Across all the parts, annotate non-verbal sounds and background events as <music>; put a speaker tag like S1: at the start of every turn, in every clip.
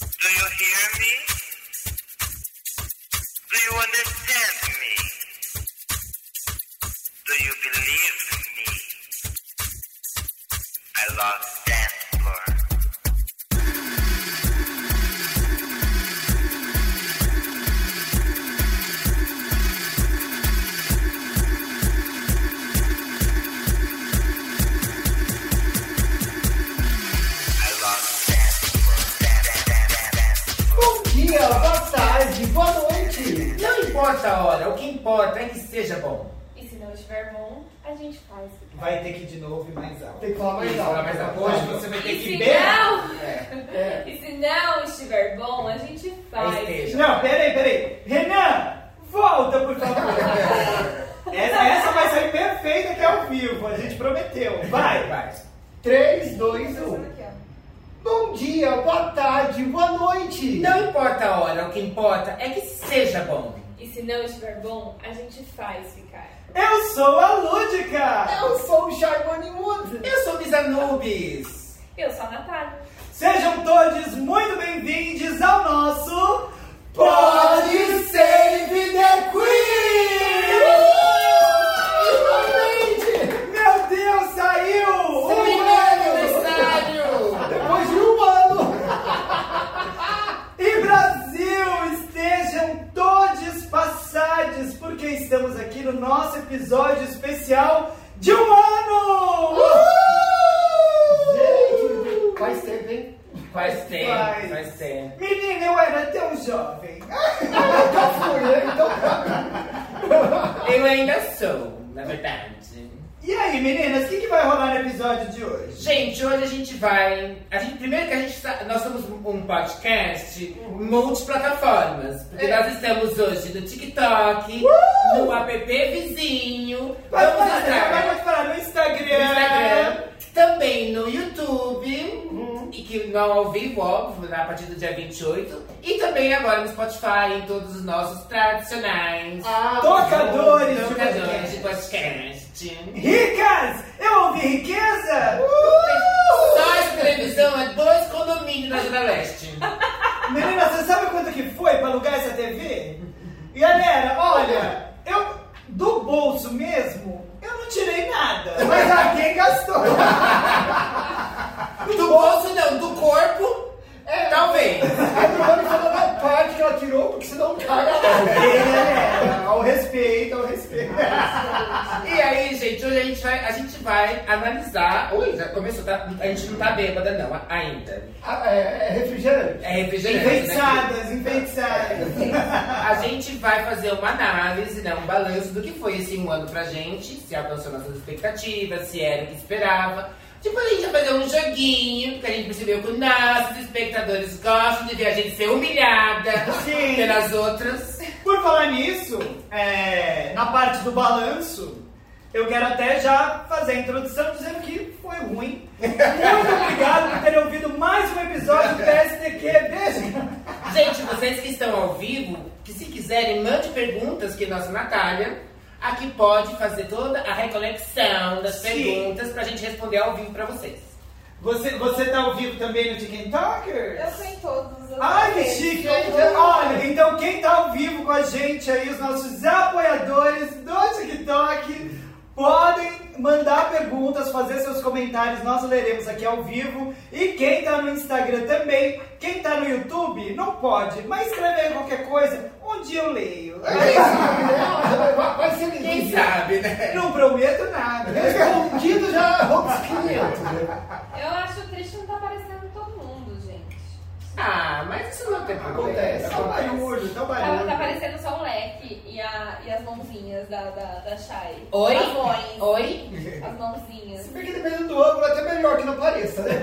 S1: Do you hear me? Do you understand me? Do you believe me? I love dance floor. I love dance floor. Dance, dance, dance, dance floor.
S2: Bom dia, boa tarde, boa noite. Não importa a hora, o que importa é que seja bom.
S3: E se não estiver bom, a gente faz.
S2: Vai ter que ir de novo e mais alto.
S4: Tem que falar mais
S2: Isso,
S4: alto.
S2: mas Hoje você vai ter
S3: E
S2: que
S3: se
S2: ver.
S3: não,
S4: É.
S3: e se não estiver bom, a gente
S2: Aí
S3: faz.
S2: esteja.
S5: Não, peraí, peraí. Renan, volta, por favor. Essa, essa vai sair perfeita que é ao vivo, a gente prometeu.
S2: Vai,
S5: Vai.
S2: vai.
S4: 3, 2, 1. Bom dia, boa tarde, boa noite.
S2: Não importa a hora, o que importa é que seja bom.
S3: E se não estiver bom, a gente faz ficar.
S5: Eu sou a Lúdica.
S4: Eu sou o Charmony Wood.
S2: Eu sou Bisanubis.
S3: Eu sou a Natália.
S5: Sejam todos muito bem-vindos ao nosso
S4: Pode Save the Queen! Finalmente!
S5: Meu Deus, saiu!
S4: Sim. Depois de um ano.
S5: E Brasil, estejam todos passados, porque estamos aqui no nosso episódio especial de um ano!
S4: Gente, faz tempo, hein?
S2: Faz tempo,
S5: Vai.
S2: faz tempo.
S5: Menina, eu era tão jovem.
S4: Então fui, né? Então pra
S2: Eu ainda sou, na verdade.
S5: E aí, meninas, o que, que vai rolar no episódio de hoje?
S2: Gente, hoje a gente vai. A gente, primeiro que a gente tá, nós somos um podcast
S3: Uhum.
S2: multiplataformas. Porque
S3: É.
S2: nós estamos hoje no TikTok,
S3: Uh!
S2: no app vizinho,
S5: Vai
S2: vamos
S5: falar,
S2: estar
S5: vai falar no Instagram.
S2: no Instagram, também no YouTube, e que não é ao vivo, óbvio, na- a partir do dia 28, e também agora no Spotify, em todos os nossos tradicionais
S4: Ah,
S5: Tocadores de
S2: tocadores
S5: podcast.
S2: de podcast.
S5: Ricas! Eu ouvi riqueza?
S2: Só essa televisão é dois condomínios na Zona Leste.
S5: Menina, você sabe quanto que foi pra alugar essa TV? Galera, olha, eu do bolso mesmo, eu não tirei nada.
S4: Mas alguém gastou.
S2: Do bolso não, do corpo, talvez.
S4: A Giovanni falou na parte que ela tirou, porque senão caga
S5: E, galera, É, ao respeito, ao respeito.
S2: E aí, gente, hoje a gente vai, a gente vai analisar. Ui, já começou, tá? A gente não tá bêbada, não, a- ainda.
S4: Ah, É, é refrigerante.
S2: É refrigerante. né?
S5: Enfeitiçadas, enfeitiçadas.
S2: A gente vai fazer uma análise, né, um balanço do que foi esse um ano pra gente, se alcançou nossas expectativas, se era o que esperava. Depois a gente vai fazer um joguinho, porque a gente percebeu que nossos espectadores gostam de ver a gente ser humilhada
S5: Sim.
S2: pelas outras.
S5: Por falar nisso, é, na parte do balanço, eu quero até já fazer a introdução dizendo que foi ruim. Muito obrigado por terem ouvido mais um episódio do PSDQ. Beijo!
S2: Gente, vocês que estão ao vivo, que se quiserem, mande perguntas que é nossa Natália aqui pode fazer toda a recoleção das
S5: Sim.
S2: perguntas pra gente responder ao vivo pra vocês.
S5: Você, você tá ao vivo também no TikTokers?
S6: Eu sei todos. eu
S5: Ai, que
S6: sei.
S5: chique!
S6: Eu-
S5: Olha, então quem tá ao vivo com a gente aí, os nossos apoiadores do TikTok, podem mandar perguntas, fazer seus comentários, nós leremos aqui ao vivo. E quem tá no Instagram também, quem tá no YouTube, não pode, mas escreve aí qualquer coisa, um dia eu leio.
S4: Ah, é, Vai, vai ser lindo.
S2: Quem sabe, né?
S5: Não prometo nada.
S4: Respondido já roupa os 500. né?
S3: Eu acho triste não tá aparecendo todo mundo, gente.
S2: Ah, mas isso não tem problema.
S4: Acontece.
S5: Tá barulho, tá
S3: Tá, tá
S5: barulho.
S3: aparecendo só um leque e, a- e as mãozinhas da, da, da Shai.
S2: Oi?
S3: As mãos.
S2: Oi?
S3: As mãozinhas.
S4: Se bem que dependendo do ângulo, é até melhor que não pareça, né?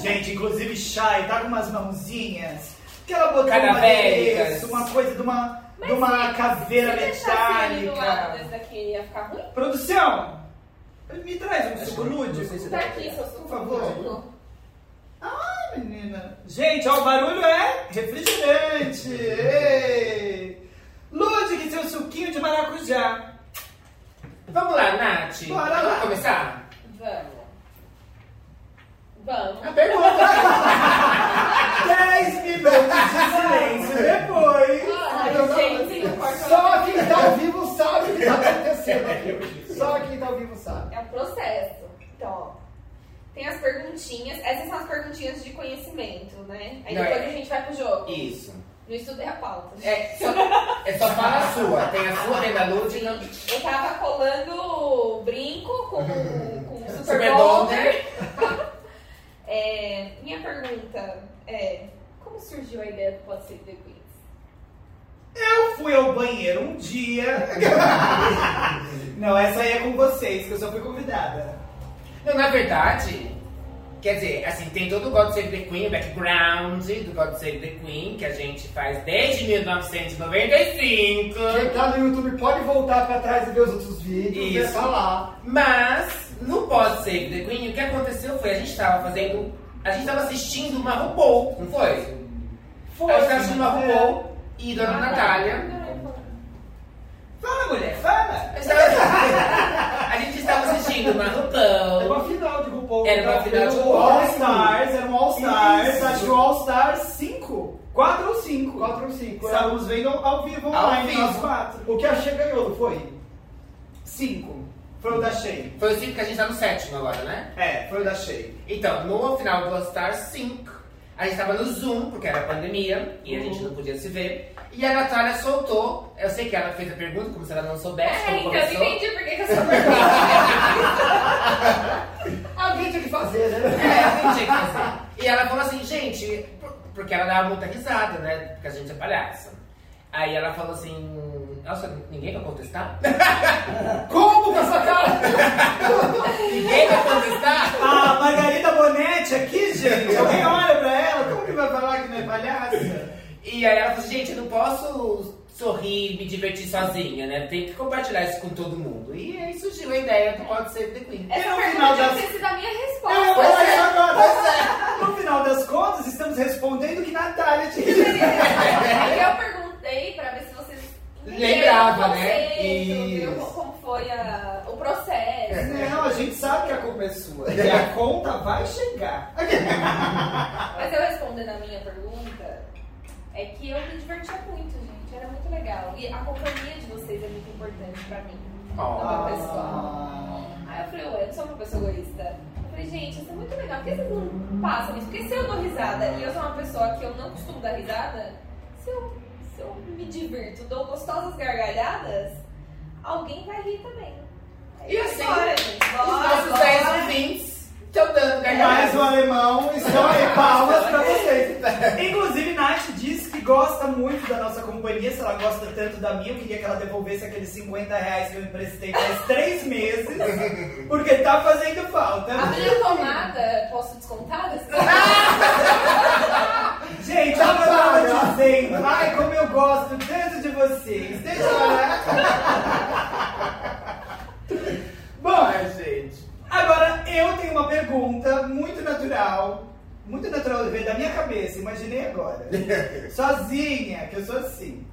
S5: Gente, inclusive Shai tá com umas mãozinhas. Que ela botou uma
S2: Cadavéricas.
S5: beleza, uma coisa de uma, de
S3: Mas
S5: uma
S3: Se
S5: caveira
S3: você assim, deixasse ele do lado
S5: metálica.
S3: desse daqui, ia ficar ruim?
S5: Produção, me traz um suco
S2: não sei se
S5: lúdico.
S3: Tá aqui, seu suco.
S5: Por favor.
S3: lúdico.
S5: Ah, menina. Gente, ó, o barulho é refrigerante. Ei. Lúdico, seu suquinho de maracujá.
S2: Vamos lá, Nath.
S5: Bora lá.
S2: Vamos começar?
S3: Vamos. Vamos.
S5: É
S2: A pergunta.
S5: 10 minutos.
S2: Ah, é
S3: é
S4: tá tá
S3: é Então, perguntinhas. Essas são as perguntinhas de conhecimento, né? Aí
S2: Não,
S3: depois
S2: é-
S3: a gente vai pro jogo.
S2: Isso.
S3: No estudo é a pauta.
S2: É só, é só fala a sua. Tem a sua, tem a da Ludwig.
S3: Eu tava colando brinco com, com o Super,
S2: Super né?
S3: Bonder. É, minha pergunta é: como surgiu a ideia do Pode Ser The Queens?
S5: Eu fui ao banheiro um dia. <laughs> Não, essa aí é com vocês, que eu só fui convidada.
S2: Não, na verdade, quer dizer, assim, tem todo o God Save the Queen, o background do God Save the Queen, que a gente faz desde 1995.
S4: Quem tá no YouTube pode voltar pra trás e ver os outros vídeos.
S2: Isso.
S4: Isso. Tá lá.
S2: Mas, no Pod Save the Queen, o que aconteceu foi, a gente tava fazendo, a gente tava assistindo uma RuPaul, não foi? Foi. A gente tava
S5: assim.
S2: assistindo uma
S5: é.
S2: RuPaul e
S5: Ah,
S2: Dona
S5: tá.
S2: Natália.
S3: Ah, então,
S5: Fala, mulher, fala!
S2: A gente tava- a gente estava assistindo uma
S4: É
S2: RuPaul.
S4: uma final de RuPaul.
S2: Era uma
S4: tá?
S2: final de
S4: Pelo
S2: RuPaul.
S5: All
S4: All-Star.
S5: Stars, era um All Stars,
S4: Isso.
S5: acho que o All Stars 5. 4 ou 5.
S4: 4 ou 5.
S5: Estávamos vendo ao vivo
S2: Ao
S5: online,
S2: vivo.
S5: nós quatro.
S4: O que a Xê ganhou, não foi?
S5: 5. Foi o da Shea.
S2: Foi o cinco que a gente tá no sétimo agora, né?
S5: É, foi o da Shea.
S2: Então, no final do All Star 5, a gente tava no Zoom, porque era pandemia, e a gente não podia se ver. E a Natália soltou, eu sei que ela fez a pergunta, como se ela não soubesse
S3: É,
S2: como
S3: então eu
S2: começou.
S3: entendi por que que eu sou pergunta.
S4: Alguém tinha que fazer, né?
S2: É, eu entendi o que fazer. E ela falou assim, gente, por- porque ela dava muita risada, né? Porque a gente é palhaça. Aí ela falou assim, nossa, ninguém vai contestar? <laughs>
S4: Como com essa cara?
S2: Ninguém vai contestar?
S5: A Margarida Ah, Bonetti aqui, gente. Alguém olha pra ela, como que vai falar que não é palhaça?
S2: E aí ela falou, gente, eu não posso sorrir e me divertir sozinha, né? Tem que compartilhar isso com todo mundo. E aí surgiu a ideia do Pode Ser The Queen.
S3: Essa
S5: Eu, no
S3: pergunta
S5: final
S3: já
S5: das-
S3: precisa da minha
S5: Eu ia
S3: resposta.
S5: falar isso agora. No final das contas, estamos respondendo o que Natália tinha. É,
S3: Aí eu perguntei pra ver se vocês
S2: Lembrava,
S3: entenderam o
S2: né?
S3: conceito,
S2: Isso. É.
S3: viu? Como foi a- o processo.
S5: Não, a gente sabe que a culpa é sua. E a conta vai chegar.
S3: Mas eu respondendo a minha pergunta, é que eu me divertia muito, gente. Era muito legal. E a companhia de vocês é muito importante pra mim.
S2: Ó.
S3: Ah.
S5: é Ah.
S3: Aí eu falei, ué, eu não sou uma pessoa egoísta. Eu falei, gente, isso é muito legal. Por que vocês não passam isso? Porque se eu dou risada e eu sou uma pessoa que eu não costumo dar risada, se eu, se eu me diverto, dou gostosas gargalhadas, alguém vai rir também. Aí
S2: E assim,
S3: bora, gente,
S2: Os
S3: bora,
S2: nossos
S3: bora.
S2: 10 ouvintes estão dando
S5: Mais um
S2: gargalhadas.
S5: alemão, estão aí palmas pra vocês. Inclusive, Nath disse que gosta muito da nossa companhia. Se ela gosta tanto da minha, eu queria que ela devolvesse aqueles 50 reais que eu emprestei faz três meses, porque tá fazendo falta.
S3: A minha tomada, posso descontar?
S2: <laughs>
S5: Gente, eu tava dizendo, ai, como eu gosto tanto de vocês. Deixa eu falar. Bom,
S2: Ai, gente.
S5: Agora, eu tenho uma pergunta muito natural, muito natural, veio da minha cabeça, imaginei agora. Sozinha, que eu sou assim.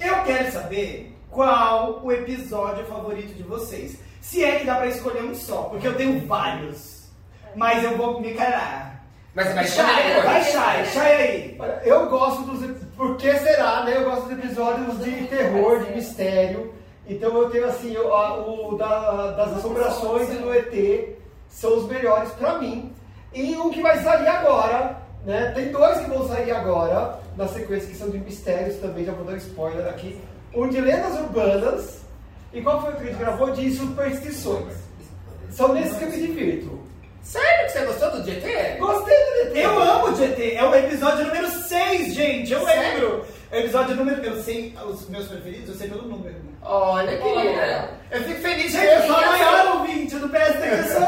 S5: Eu quero saber qual o episódio favorito de vocês. Se é que dá pra escolher um só, porque eu tenho vários. Mas eu vou me calar.
S2: Mas vai chamar
S5: Chay, vai,
S2: depois.
S5: Chay, Chay aí.
S4: Olha, Eu gosto dos. Por que será, né? Eu gosto dos episódios de terror, de mistério. Então eu tenho assim, eu- a- o da- das assombrações e do ET são os melhores pra mim. E um que vai sair agora, né? Tem dois que vão sair agora, na sequência que são de mistérios também, já vou dar um spoiler aqui. Um de lendas urbanas. E qual foi o que a gente gravou? De superstições. São nesses que eu me divirto.
S2: Sério que você gostou do GT?
S4: Gostei do ET!
S5: Eu amo o GT, é o episódio número 6, gente, eu
S2: Sério?
S5: lembro. É o episódio número, eu sei os meus preferidos, eu sei pelo número.
S2: Olha, querida.
S3: Olha.
S2: Eu fico feliz de
S5: Gente, eu
S2: ver
S5: sou
S2: só
S5: a
S2: amanhã.
S5: maior ouvinte do PST que sou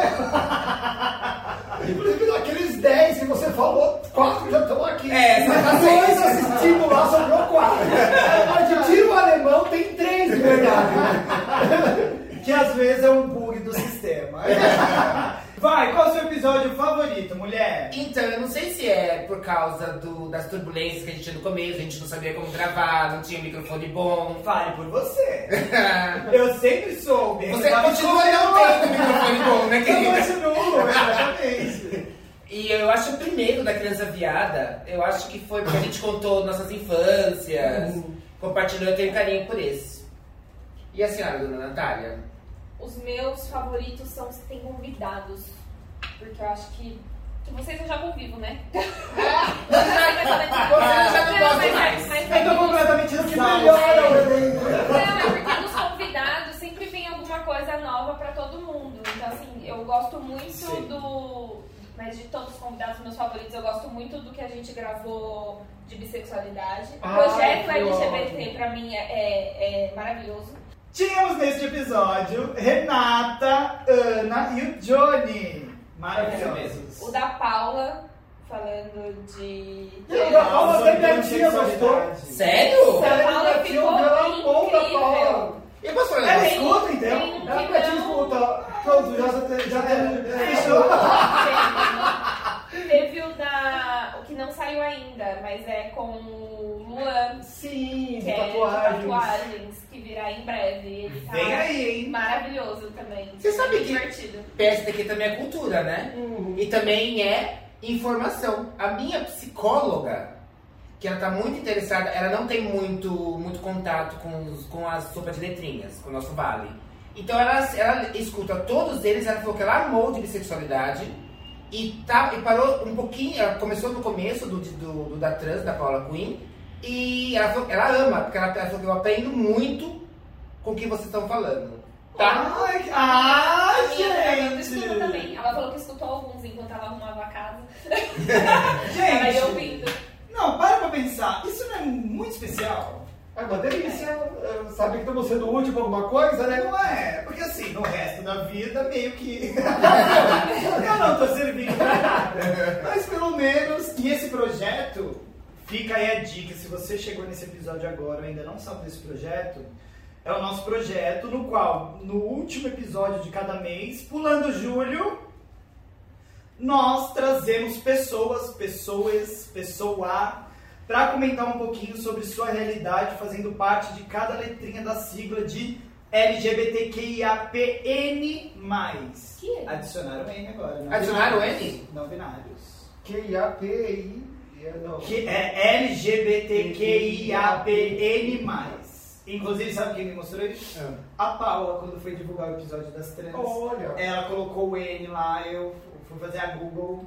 S5: eu.
S4: Inclusive daqueles 10 que você falou, 4 já estão aqui.
S2: É, só tá
S4: dois
S2: seis.
S4: assistindo lá, sobrou 4. Agora de tiro alemão tem 3 de verdade.
S5: Que às vezes é um bug do sistema. Vai, qual é o seu episódio favorito, mulher?
S2: Então, eu não sei se é por causa do- das turbulências que a gente tinha no começo, a gente não sabia como gravar, não tinha microfone bom.
S5: Fale por você. Eu sempre soube.
S2: Você
S5: Tá me
S2: continua não
S5: escondendo.
S2: tendo microfone bom, né,
S5: Eu
S2: querida?
S5: continuo, exatamente.
S2: E eu acho o primeiro da criança viada, eu acho que foi porque a gente contou nossas infâncias, compartilhou, eu tenho carinho por esse. E a senhora, dona Natália?
S3: Os meus favoritos são os que tem convidados. Porque eu acho que Vocês não jogam vivo, né?
S2: Você É. já
S3: <laughs>
S2: Então não gosta
S3: mas-
S2: mais.
S3: mas-
S5: Eu tô completamente
S4: Que
S5: exausto.
S4: melhora o elenco.
S3: Não, é porque nos convidados sempre vem alguma coisa nova pra todo mundo. Então, assim, eu gosto muito
S5: Sim.
S3: do. Mas de todos os convidados meus favoritos, eu gosto muito do que a gente gravou de bissexualidade.
S4: Ah,
S3: o projeto
S4: que
S3: LGBT
S4: ótimo.
S3: pra mim é, é maravilhoso.
S5: Tínhamos neste episódio Renata, Ana e o Johnny.
S3: O
S5: Maravilhosos.
S3: da Paula falando de.
S4: E o da Paula
S5: Sobre
S4: sempre gatinha,
S5: bissexualidade.
S4: gostou? um
S2: Sério?
S3: A Paula
S4: Ela
S3: ficou
S4: amou da
S3: incrível.
S4: Paula.
S2: Eu posso falar um
S5: Ela
S2: negócio?
S5: escuta, então?
S3: Tem um
S4: Ela
S3: que
S4: pra te
S3: não- É.
S4: escutar. Pronto, já já- um já
S5: Fechou?
S4: tem.
S3: Teve- Teve o da. O que não saiu ainda, mas é com o Luan.
S4: Sim,
S3: Que é de
S4: tatuagens.
S3: tatuagens, que virá em breve. Ele tá
S5: Vem aí, hein?
S3: maravilhoso também.
S2: Você sabe que-
S3: Divertido.
S2: PS daqui também é cultura, né?
S4: Uhum.
S2: E também é informação. A minha psicóloga, que ela tá muito interessada, ela não tem muito, muito contato com, os- com a sopa de letrinhas, com o nosso vale. Então ela, ela escuta todos eles, ela falou que ela amou de bissexualidade e, tá, e parou um pouquinho, ela começou no começo do, de- do, do da trans, da Paula Queen, e ela, falou- ela ama, porque ela, ela falou que eu aprendo muito com o que vocês estão falando. Tá?
S5: Ai, que- Ah,
S3: A minha terapeuta escuta
S5: gente!
S3: também. Ela falou que escutou alguns enquanto ela arrumava a casa. Ela ia
S5: Gente,
S3: ouvindo.
S5: não, para pra pensar. Isso não é muito especial?
S4: É uma delícia eh, saber que estamos sendo útil pra alguma coisa, né?
S5: Não é, porque assim, no resto da vida, meio que. <laughs> eu não tô servindo pra nada. Mas pelo menos que esse projeto. Fica aí a dica, se você chegou nesse episódio agora e ainda não sabe desse projeto, é o nosso projeto no qual, no último episódio de cada mês, pulando julho, nós trazemos pessoas, pessoas, pessoa, para comentar um pouquinho sobre sua realidade, fazendo parte de cada letrinha da sigla de LGBTQIAPN+.
S3: Que é?
S5: Adicionaram N agora. não
S2: Adicionaram
S5: binários.
S2: N?
S5: Não binários.
S4: Q-I-A-P-I. eh, Não.
S5: Que é LGBTQIAPN+. Inclusive, sabe quem me mostrou isso?
S4: Ah.
S5: A Paula, quando foi divulgar o episódio das trans.
S4: Olha.
S5: Ela colocou o N lá, eu fui fazer a Google.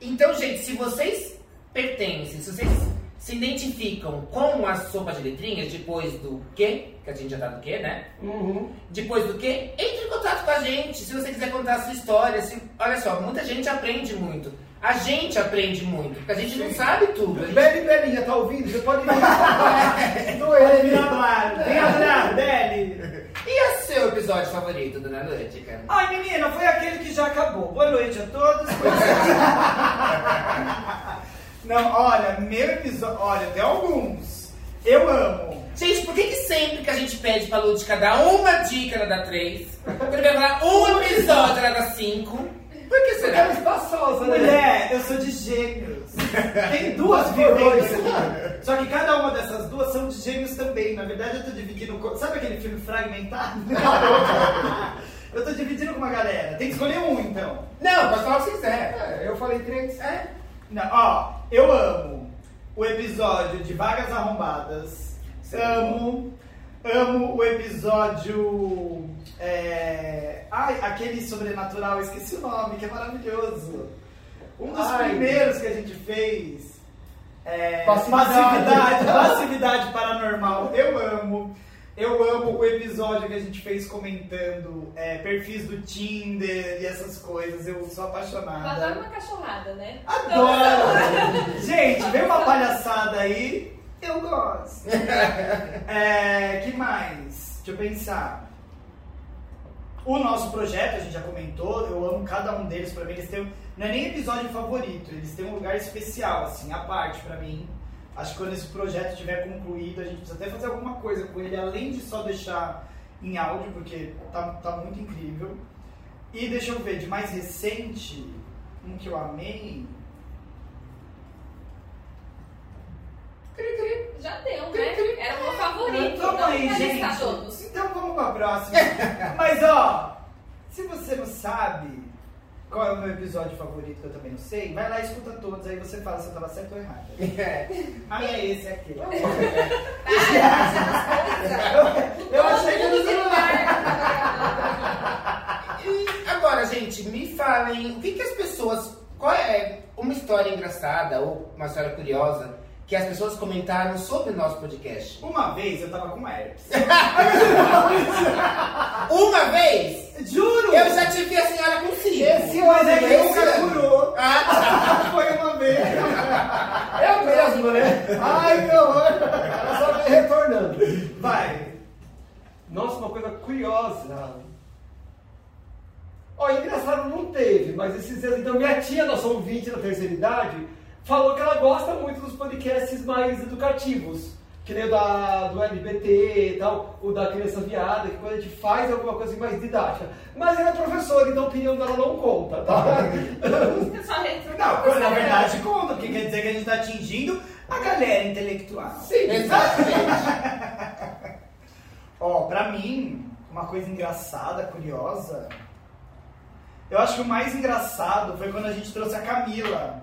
S2: Então, gente, se vocês pertencem, se vocês se identificam com a sopa de letrinhas, depois do quê? Que a gente já tá no quê, né?
S4: Uhum.
S2: Depois do quê? Entre em contato com a gente, se você quiser contar a sua história. se- Olha só, muita gente aprende muito. A gente aprende muito, porque a gente não sabe tudo. A gente-
S4: Bela e Belinha, tá ouvindo? Você pode
S5: <laughs>
S4: vir falar do N.
S5: Vem hablar, vem <laughs> hablar, Deli!
S2: E esse é o seu episódio favorito, Dona Lúdica?
S5: Ai, menina, foi aquele que já acabou. Boa noite a todos. <laughs> Não, olha, meu episódio... Olha, tem alguns. Eu amo.
S2: Gente, por que, que sempre que a gente pede pra Lúdica dar uma dica, ela dá três? Quando vai falar um episódio, ela dá cinco? Por que
S4: Você
S2: será?
S4: é espaçosa, né?
S5: Mulher, eu sou de gêmeos. Tem duas vivências aqui. Só que cada uma dessas duas são de gêmeos também. Na verdade, eu tô dividindo. com- Sabe aquele filme fragmentado? eu tô dividindo com uma galera. Tem que escolher um, então.
S2: Não, pode falar o que você quiser.
S4: É, eu falei três.
S2: É.
S5: Não, ó, eu amo o episódio de Vagas Arrombadas. Amo. Amo o episódio. É... Ai, aquele sobrenatural, esqueci o nome, que é maravilhoso. Um dos
S4: Ai.
S5: primeiros que a gente fez. É...
S4: Passividade.
S5: Passividade, passividade paranormal. Eu amo. Eu amo o episódio que a gente fez comentando é, perfis do Tinder e essas coisas. Eu sou apaixonada.
S3: Ela adora uma cachorrada, né?
S5: Adoro! Gente, vem uma palhaçada aí, eu gosto. É, que mais? Deixa eu pensar. O nosso projeto, a gente já comentou, eu amo cada um deles, pra mim eles têm, não é nem episódio favorito, eles têm um lugar especial, assim, à parte pra mim. Acho que quando esse projeto estiver concluído, a gente precisa até fazer alguma coisa com ele, além de só deixar em áudio, porque tá, tá muito incrível. E deixa eu ver, de mais recente, um que eu amei,
S3: Cri, cri. Então, Já deu, né? Era o meu favorito.
S5: Então,
S3: não
S5: aí,
S3: quero
S5: gente.
S3: listar todos.
S5: Então vamos pra próxima. Mas ó, se você não sabe qual é o meu episódio favorito, que eu também não sei, vai lá e escuta todos, aí você fala se eu tava certo ou errado.
S2: <laughs>
S5: Ah, é esse aqui. Eu achei que
S3: Todo
S5: no
S3: mundo tá
S5: celular.
S3: celular.
S2: E agora, gente, me falem o que, que as pessoas Qual é uma história engraçada ou uma história curiosa que as pessoas comentaram sobre o nosso podcast?
S5: Uma vez eu tava com herpes.
S4: Ah.
S2: Uma vez
S5: Juro!
S2: eu já tive a senhora com cinco.
S4: Esse
S5: Mas é
S4: ano,
S5: que
S4: né?
S5: nunca curou.
S2: Ah,
S5: Foi uma vez.
S4: É o mesmo, né?
S5: Ai, que horror.
S4: Ela só vai retornando.
S5: Vai.
S4: Nossa, uma coisa curiosa. Ó, é engraçado, não teve, mas esses dias. Então, minha tia, nossa ouvinte da terceira idade, falou que ela gosta muito dos podcasts mais educativos. Que nem o da, do LGBT e tal, o da criança viada, que quando a gente faz alguma coisa mais didática. Mas ela é professora, então a opinião dela não conta, tá?
S3: Eu só lembro.
S5: Não, quando, na verdade conta, porque quer dizer que a gente tá atingindo a galera intelectual.
S4: Então,
S2: exatamente.
S5: Ó, pra mim, uma coisa engraçada, curiosa. Eu acho que o mais engraçado foi quando a gente trouxe a Camila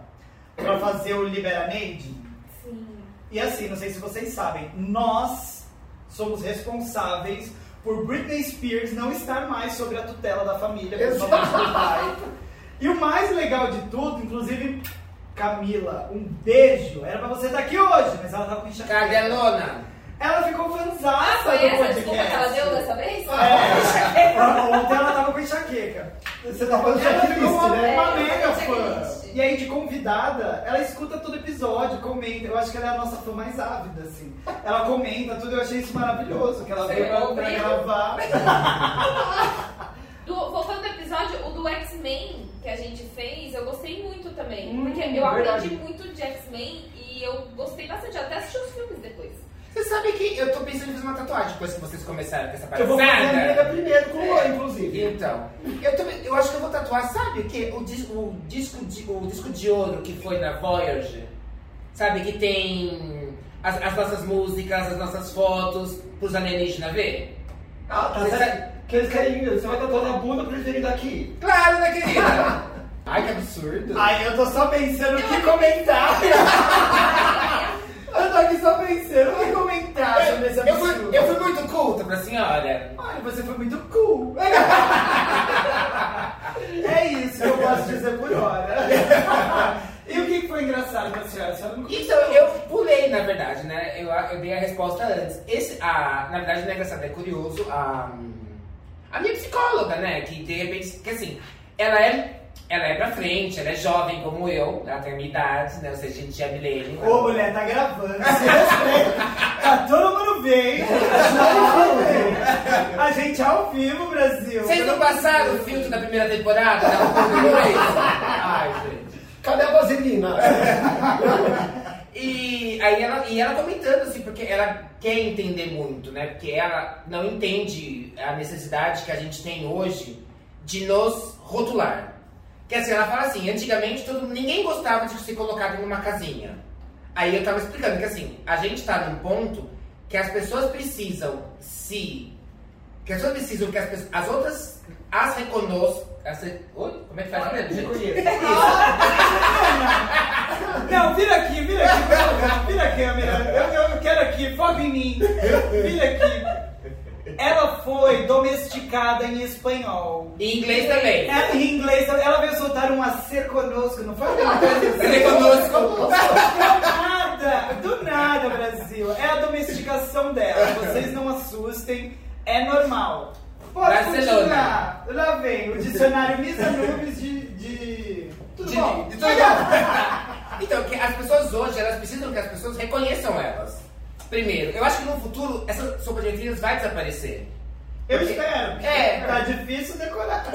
S5: pra fazer o Liberaneide.
S3: Sim.
S5: E assim, não sei se vocês sabem, nós somos responsáveis por Britney Spears não estar mais sobre a tutela da família, principalmente do pai. E o mais legal de tudo, inclusive, Camila, um beijo. Era pra você estar aqui hoje, mas ela tava com enxaqueca.
S2: Cadelona.
S5: Ela ficou
S3: Ah,
S5: fanzaça
S3: foi
S5: do
S3: essa a desculpa que ela
S5: podcast.
S3: deu dessa vez?
S5: É, ontem ela tava com enxaqueca.
S4: Você tá falando
S5: Ela
S4: checklist,
S5: ficou uma,
S4: né?
S5: uma
S3: É,
S5: mega fã.
S3: checklist.
S5: E aí, de convidada, ela escuta todo episódio, comenta. Eu acho que ela é a nossa fã mais ávida, assim. Ela comenta tudo, eu achei isso maravilhoso. Que ela
S3: Você
S5: veio pra,
S3: ouviu?
S5: pra gravar.
S3: Do, voltando ao episódio, o do X-Men que a gente fez, eu gostei muito também.
S4: Hum,
S3: porque eu
S4: verdade.
S3: aprendi muito de X-Men e eu gostei bastante. Eu até assisti os filmes depois.
S2: Você sabe que eu tô pensando em fazer uma tatuagem depois que vocês começaram com essa
S4: Eu vou fazer a minha
S2: palhaçada.
S4: primeiro com o Luan, inclusive.
S2: Então, eu, também, eu acho que eu vou tatuar, sabe o que? O, dis- o disco de, o disco de ouro que foi na Voyage. Sabe, que tem as, as nossas músicas, as nossas fotos, pros alienígenas ver?
S4: Ah, tá
S2: Você
S4: certo. Que eles querem, você vai tatuar na bunda preferindo aqui.
S2: Claro, né, querida? <laughs> Ai, que absurdo.
S5: Aí eu tô só pensando o que comentar. <laughs> eu tô aqui só pensando o que comentar
S2: eu,
S5: sobre esse
S2: eu fui,
S5: absurdo.
S2: eu fui muito culta pra senhora.
S5: Olha, você foi muito cool. <laughs> é isso que eu posso dizer por hora. <laughs> e o que foi engraçado pra senhora? A senhora não
S2: Então, eu pulei, na verdade, né? Eu, eu dei a resposta antes. Esse, a, na verdade, não é engraçado, é curioso. A, a minha psicóloga, né? Que de repente, que assim, ela é, ela é pra frente, ela é jovem como eu, ela tem a minha idade, né? Ou seja, a gente é milênio.
S5: Ô, mulher, tá gravando, se respeita. Tá todo mundo <laughs> bem. A gente é ao vivo, Brasil.
S2: Vocês não passaram o filtro da primeira temporada? Não,
S5: <laughs>
S2: Ai, gente.
S4: Cadê a vaselina?
S2: E aí ela, e ela comentando, assim, porque ela quer entender muito, né? Porque ela não entende a necessidade que a gente tem hoje de nos rotular. Que assim, ela fala assim, antigamente todo, ninguém gostava de ser colocado numa casinha. Aí eu tava explicando que assim, a gente tá num ponto que as pessoas precisam se. Que as pessoas precisam que as, pe- as outras as reconozcam. As, re- oi? Como é que faz?
S4: Me
S2: mesmo, gente?
S4: conheço.
S5: Não, vira aqui, vira aqui, vira aqui, vira a câmera. Eu, eu quero aqui, foca em mim. Vira aqui. Ela foi domesticada em espanhol.
S2: Em inglês também.
S5: Ela, em inglês, ela veio soltar um acer conosco, não foi alguma coisa assim?
S2: Se reconozcam.
S5: Do nada, do nada, Brasil. É a domesticação dela. Vocês não assustem, é normal. Pode
S2: Barcelona.
S5: continuar. Lá vem o dicionário Misa Nubes de, de. Tudo
S2: De-
S5: bom?
S2: de tudo bom. <laughs> então, que as pessoas hoje, elas precisam que as pessoas reconheçam elas. Primeiro, eu acho que no futuro essa sopa de letrinhas vai desaparecer.
S5: Eu espero. porque
S2: É.
S5: Tá difícil decorar.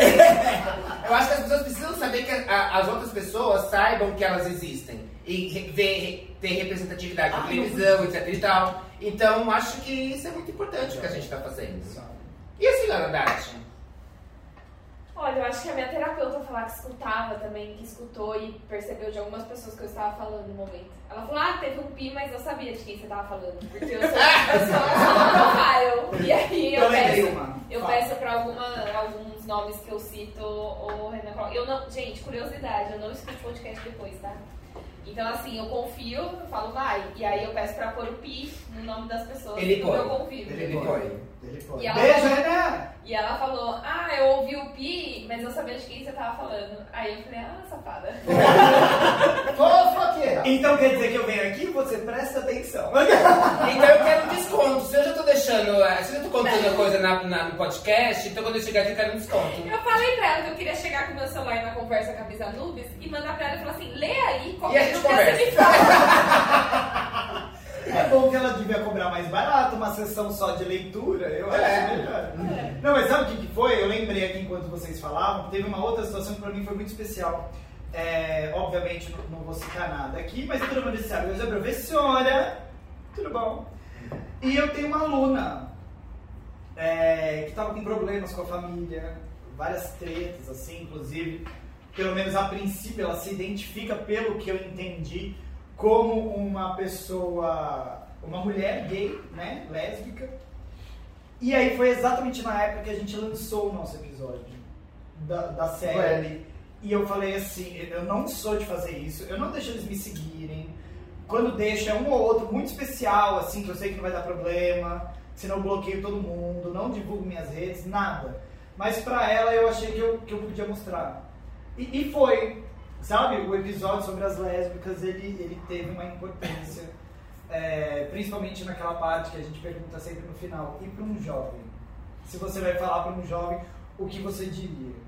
S2: Eu acho que as pessoas precisam saber que a- as outras pessoas saibam que elas existem. E re- ver, re- ter representatividade na
S5: Ah,
S2: televisão, etc e tal. Então, acho que isso é muito importante o que a gente tá fazendo. E assim, a senhora Nath?
S3: Olha, eu acho que a minha terapeuta falar que escutava também, que escutou e percebeu de algumas pessoas que eu estava falando no momento. Ela falou, ah, teve um pi, mas eu sabia de quem você estava falando. Porque eu sou, eu
S4: <laughs>
S3: sou, eu sou profile. E aí eu
S5: Lembrei
S3: peço,
S5: uma.
S3: eu
S5: é Fala.
S3: peço pra alguma, alguns nomes que eu cito ou Renan coloca. Eu não, gente, curiosidade, eu não escuto podcast depois, tá? Então, assim, eu confio, eu falo, vai. E aí eu peço pra pôr o pi no nome das pessoas
S2: Ele
S3: do
S2: põe.
S3: meu convívio.
S2: Ele foi.
S4: Ele pode.
S3: E ela-
S5: Beijo, Renan!
S3: E ela falou, ah, eu ouvi o pi, mas eu sabia de quem você tava falando. Aí eu falei, ah, safada.
S2: É.
S4: Fofa que era.
S5: Então quer dizer que eu venho aqui você presta atenção.
S2: Então eu quero um desconto. Se eu já tô deixando, eh, se eu já tô
S5: <laughs>
S2: contando coisa na, na- no podcast, então quando eu chegar aqui eu quero um desconto.
S3: Eu falei pra ela que eu queria chegar com meu celular na conversa com a Bisa Nubes e mandar pra ela e falar assim, lê aí, qual
S2: E a
S3: que
S2: gente
S3: você me
S2: conversa.
S3: fala.
S5: É bom que ela devia cobrar mais barato, uma sessão só de leitura, eu acho
S2: É.
S5: melhor. Não, mas sabe o que, que foi? Eu lembrei aqui enquanto vocês falavam, teve uma outra situação que pra mim foi muito especial. É, obviamente não, não vou citar nada aqui, mas todo mundo sabe, eu sou é professora, tudo bom? E eu tenho uma aluna é, que tava com problemas com a família, várias tretas, assim, inclusive, pelo menos a princípio ela se identifica, pelo que eu entendi, como uma pessoa, uma mulher gay, né, lésbica. E aí foi exatamente na época que a gente lançou o nosso episódio da, da série.
S4: Ué.
S5: E eu falei assim, eu não sou de fazer isso, eu não deixo eles me seguirem. Quando deixo é um ou outro muito especial, assim, que eu sei que não vai dar problema, senão eu bloqueio todo mundo, não divulgo minhas redes, nada. Mas pra ela eu achei que eu, que eu podia mostrar. E, e foi, sabe? O episódio sobre as lésbicas, ele, ele teve uma importância, é, principalmente naquela parte que a gente pergunta sempre no final, e pra um jovem? Se você vai falar pra um jovem, o que você diria?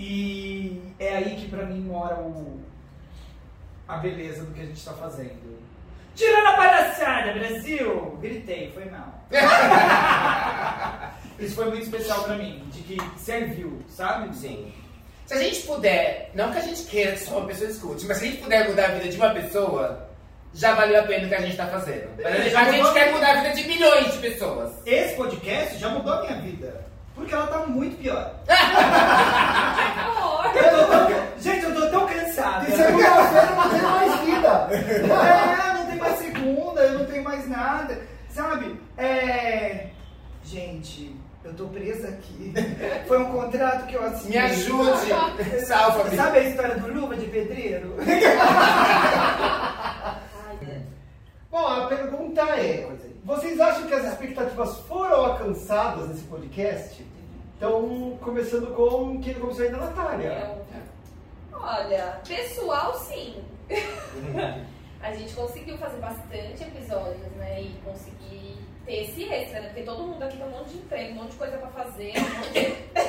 S5: E é aí que pra mim mora o, a beleza do que a gente tá fazendo. Tirando a palhaçada, Brasil! Gritei, foi mal. Isso foi muito especial pra mim, de que serviu, sabe?
S2: Sim. Se a gente puder, não que a gente queira que só uma pessoa escute, mas se a gente puder mudar a vida de uma pessoa, já valeu a pena o que a gente tá fazendo. Mas a gente- a gente quer mudar a vida de milhões de pessoas.
S5: Esse podcast já mudou a minha vida. Porque ela tá muito pior.
S3: Que horror.
S5: <laughs> Eu tô tão- gente, eu tô tão cansado.
S4: E segunda-feira não tem mais vida.
S5: É, não tem mais segunda, eu não tenho mais nada. Sabe? É. Gente, eu tô presa <laughs> aqui. Foi um contrato que eu assinei.
S4: <laughs>
S2: Me ajude, salva-me.
S5: Sabe a história do Luva de Pedreiro?
S4: Bom, a pergunta é: vocês acham que as expectativas foram alcançadas nesse podcast? Então, começando com quem não começou ainda, a Natália.
S3: Eu- Olha, pessoal sim. <laughs> a gente conseguiu fazer bastante episódios, né? E conseguir ter esse extra, né? Porque todo mundo aqui tem um monte de emprego, um monte de coisa pra fazer. um monte de-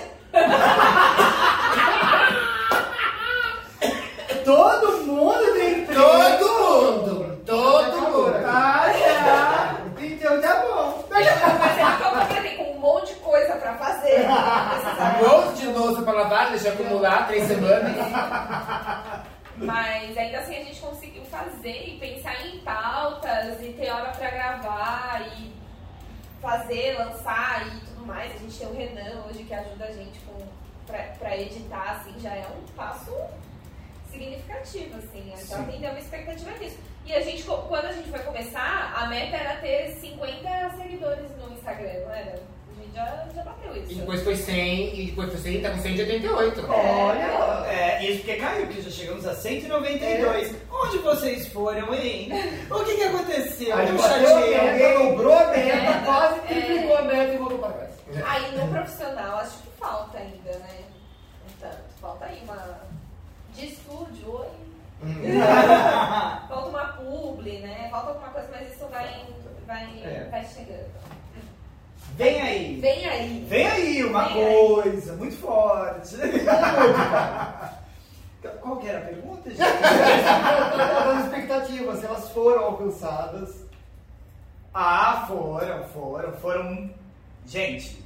S5: Todo mundo tem emprego.
S2: Todo mundo! Todo mundo!
S5: Ah, tá. Então tá bom.
S3: Mas é porque eu contratei com um monte de coisa pra fazer.
S2: <laughs> Um monte de louça pra lavar, deixa acumular três semanas.
S3: Mas ainda assim a gente conseguiu fazer e pensar em pautas e ter hora pra gravar e fazer, lançar e tudo mais. A gente tem o Renan hoje que ajuda a gente com, pra, pra editar, assim, já é um passo significativo, assim,
S5: Sim.
S3: então atender uma expectativa disso. E a gente, co- quando a gente foi começar, a meta era ter 50 seguidores no Instagram, não era? A gente já, já bateu
S2: E
S3: isso.
S2: depois foi 100, e depois foi 100, tá com 188.
S5: Olha, é, isso porque caiu, porque já chegamos a 192.
S4: É.
S5: Onde vocês foram, hein? O que que aconteceu?
S4: Aí
S5: Eu
S4: bateu a
S5: chateei
S4: meta,
S5: alguém?
S4: dobrou a meta,
S3: É,
S4: quase
S3: é.
S4: triplicou a meta e voltou para trás.
S3: Aí no profissional acho que falta ainda, né? Um tanto. Falta aí uma. De estúdio, oi. <laughs> Falta uma publi, né? Falta alguma coisa, mas isso vai, vai,
S5: É.
S3: vai chegando.
S5: Vem aí.
S3: Vem aí.
S5: Vem aí uma
S3: Vem aí.
S5: coisa muito forte. Qual que era a pergunta, <laughs> gente? Tá
S4: As expectativas, se elas foram alcançadas.
S5: ah, foram, foram, foram. Gente,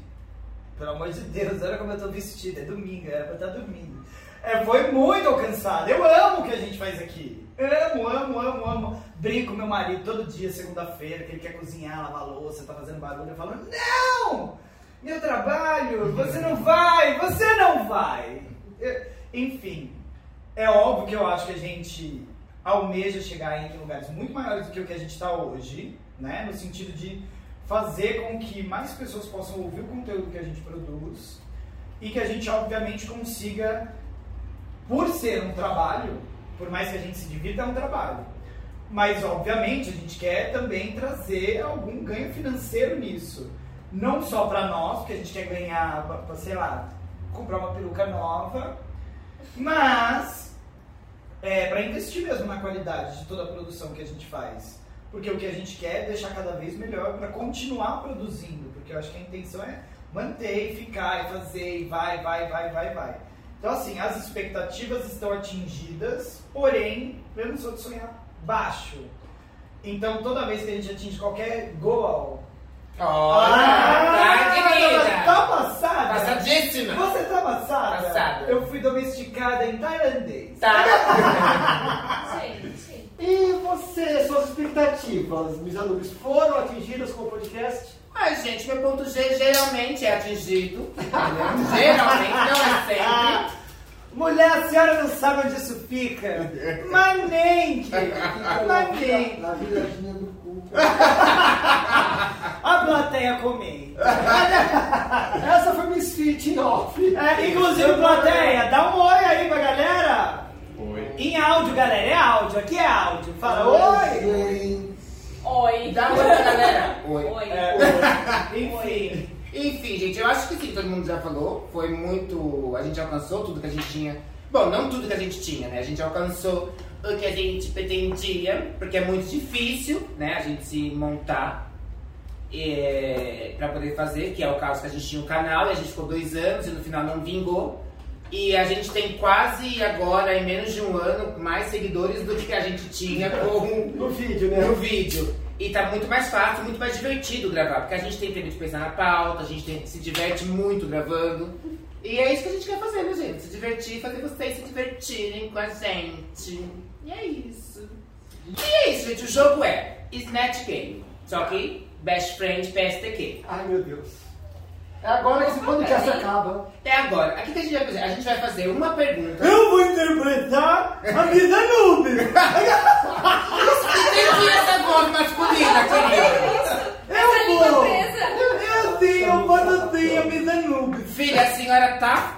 S5: pelo amor de Deus, olha como eu tô vestida. É domingo, era pra estar dormindo. É, foi muito alcançado. Eu amo o que a gente faz aqui. Amo, amo, amo, amo. Brinco com meu marido todo dia, segunda-feira, que ele quer cozinhar, lavar louça, tá fazendo barulho. Eu falo, não! Meu trabalho, você não vai, você não vai. Eu- Enfim, é óbvio que eu acho que a gente almeja chegar em lugares muito maiores do que o que a gente está hoje, né? No sentido de fazer com que mais pessoas possam ouvir o conteúdo que a gente produz e que a gente obviamente consiga, por ser um trabalho, Por mais que a gente se divirta, é um trabalho. Mas, obviamente, a gente quer também trazer algum ganho financeiro nisso. Não só para nós, porque a gente quer ganhar, pra- pra, sei lá, comprar uma peruca nova, mas é, para investir mesmo na qualidade de toda a produção que a gente faz. Porque o que a gente quer é deixar cada vez melhor para continuar produzindo, porque eu acho que a intenção é manter e ficar e fazer e vai, vai, vai, vai, vai. Então, assim, as expectativas estão atingidas, porém, eu não sou de sonhar baixo. Então, toda vez que a gente atinge qualquer goal.
S2: Olha,
S4: Ah!
S2: tá, querida.
S5: Ah, tá passada?
S2: Passadíssima.
S5: Você tá passada?
S2: Passada.
S5: Eu fui domesticada em tailandês.
S2: Tá.
S3: Gente,
S4: E você, suas expectativas, meus alunos, foram atingidas com o podcast?
S2: Ai, gente, meu ponto G geralmente é atingido. entendeu? geralmente, não é sempre.
S5: Mulher, a senhora não sabe onde isso fica. Manengue! Manengue!
S6: Na viradinha do cu.
S5: A plateia comei.
S4: Essa foi minha speech em off.
S5: É, inclusive, plateia, dá um oi aí pra galera.
S7: Oi.
S5: Em áudio, galera, é áudio, aqui é áudio. Fala
S6: é um
S5: oi!
S6: Oi!
S3: oi.
S2: Dá uma olhada, galera.
S6: Oi!
S3: Oi.
S5: É, Enfim.
S2: Enfim, gente, eu acho que sim, todo mundo já falou. Foi muito. A gente alcançou tudo que a gente tinha. Bom, não tudo que a gente tinha, né? A gente alcançou o que a gente pretendia, porque é muito difícil, né? A gente se montar é, para poder fazer, que é o caso que a gente tinha o canal e a gente ficou dois anos e no final não vingou. E a gente tem quase agora, em menos de um ano, mais seguidores do que a gente tinha com
S4: No vídeo, né?
S2: no vídeo. E tá muito mais fácil, muito mais divertido gravar, porque a gente tem tempo de pensar na pauta, a gente tem- se diverte muito gravando. E é isso que a gente quer fazer, né, gente? Se divertir, fazer vocês se divertirem com a gente. E é isso. E é isso, gente. O jogo é Snatch Game. Só que Best Friend PSTQ.
S4: Ai, meu Deus. É agora que esse podcast acaba.
S2: Até agora, o que que a gente vai fazer? A gente vai fazer uma pergunta.
S5: Eu vou interpretar a vida
S4: é
S5: noob.
S2: Entendi essa voz masculina, querida.
S3: É Essa
S5: Eu
S3: língua
S5: vou.
S3: presa.
S4: É
S5: Eu
S4: assim,
S5: tenho, quando tenho a vida noob.
S2: Filha, a senhora tá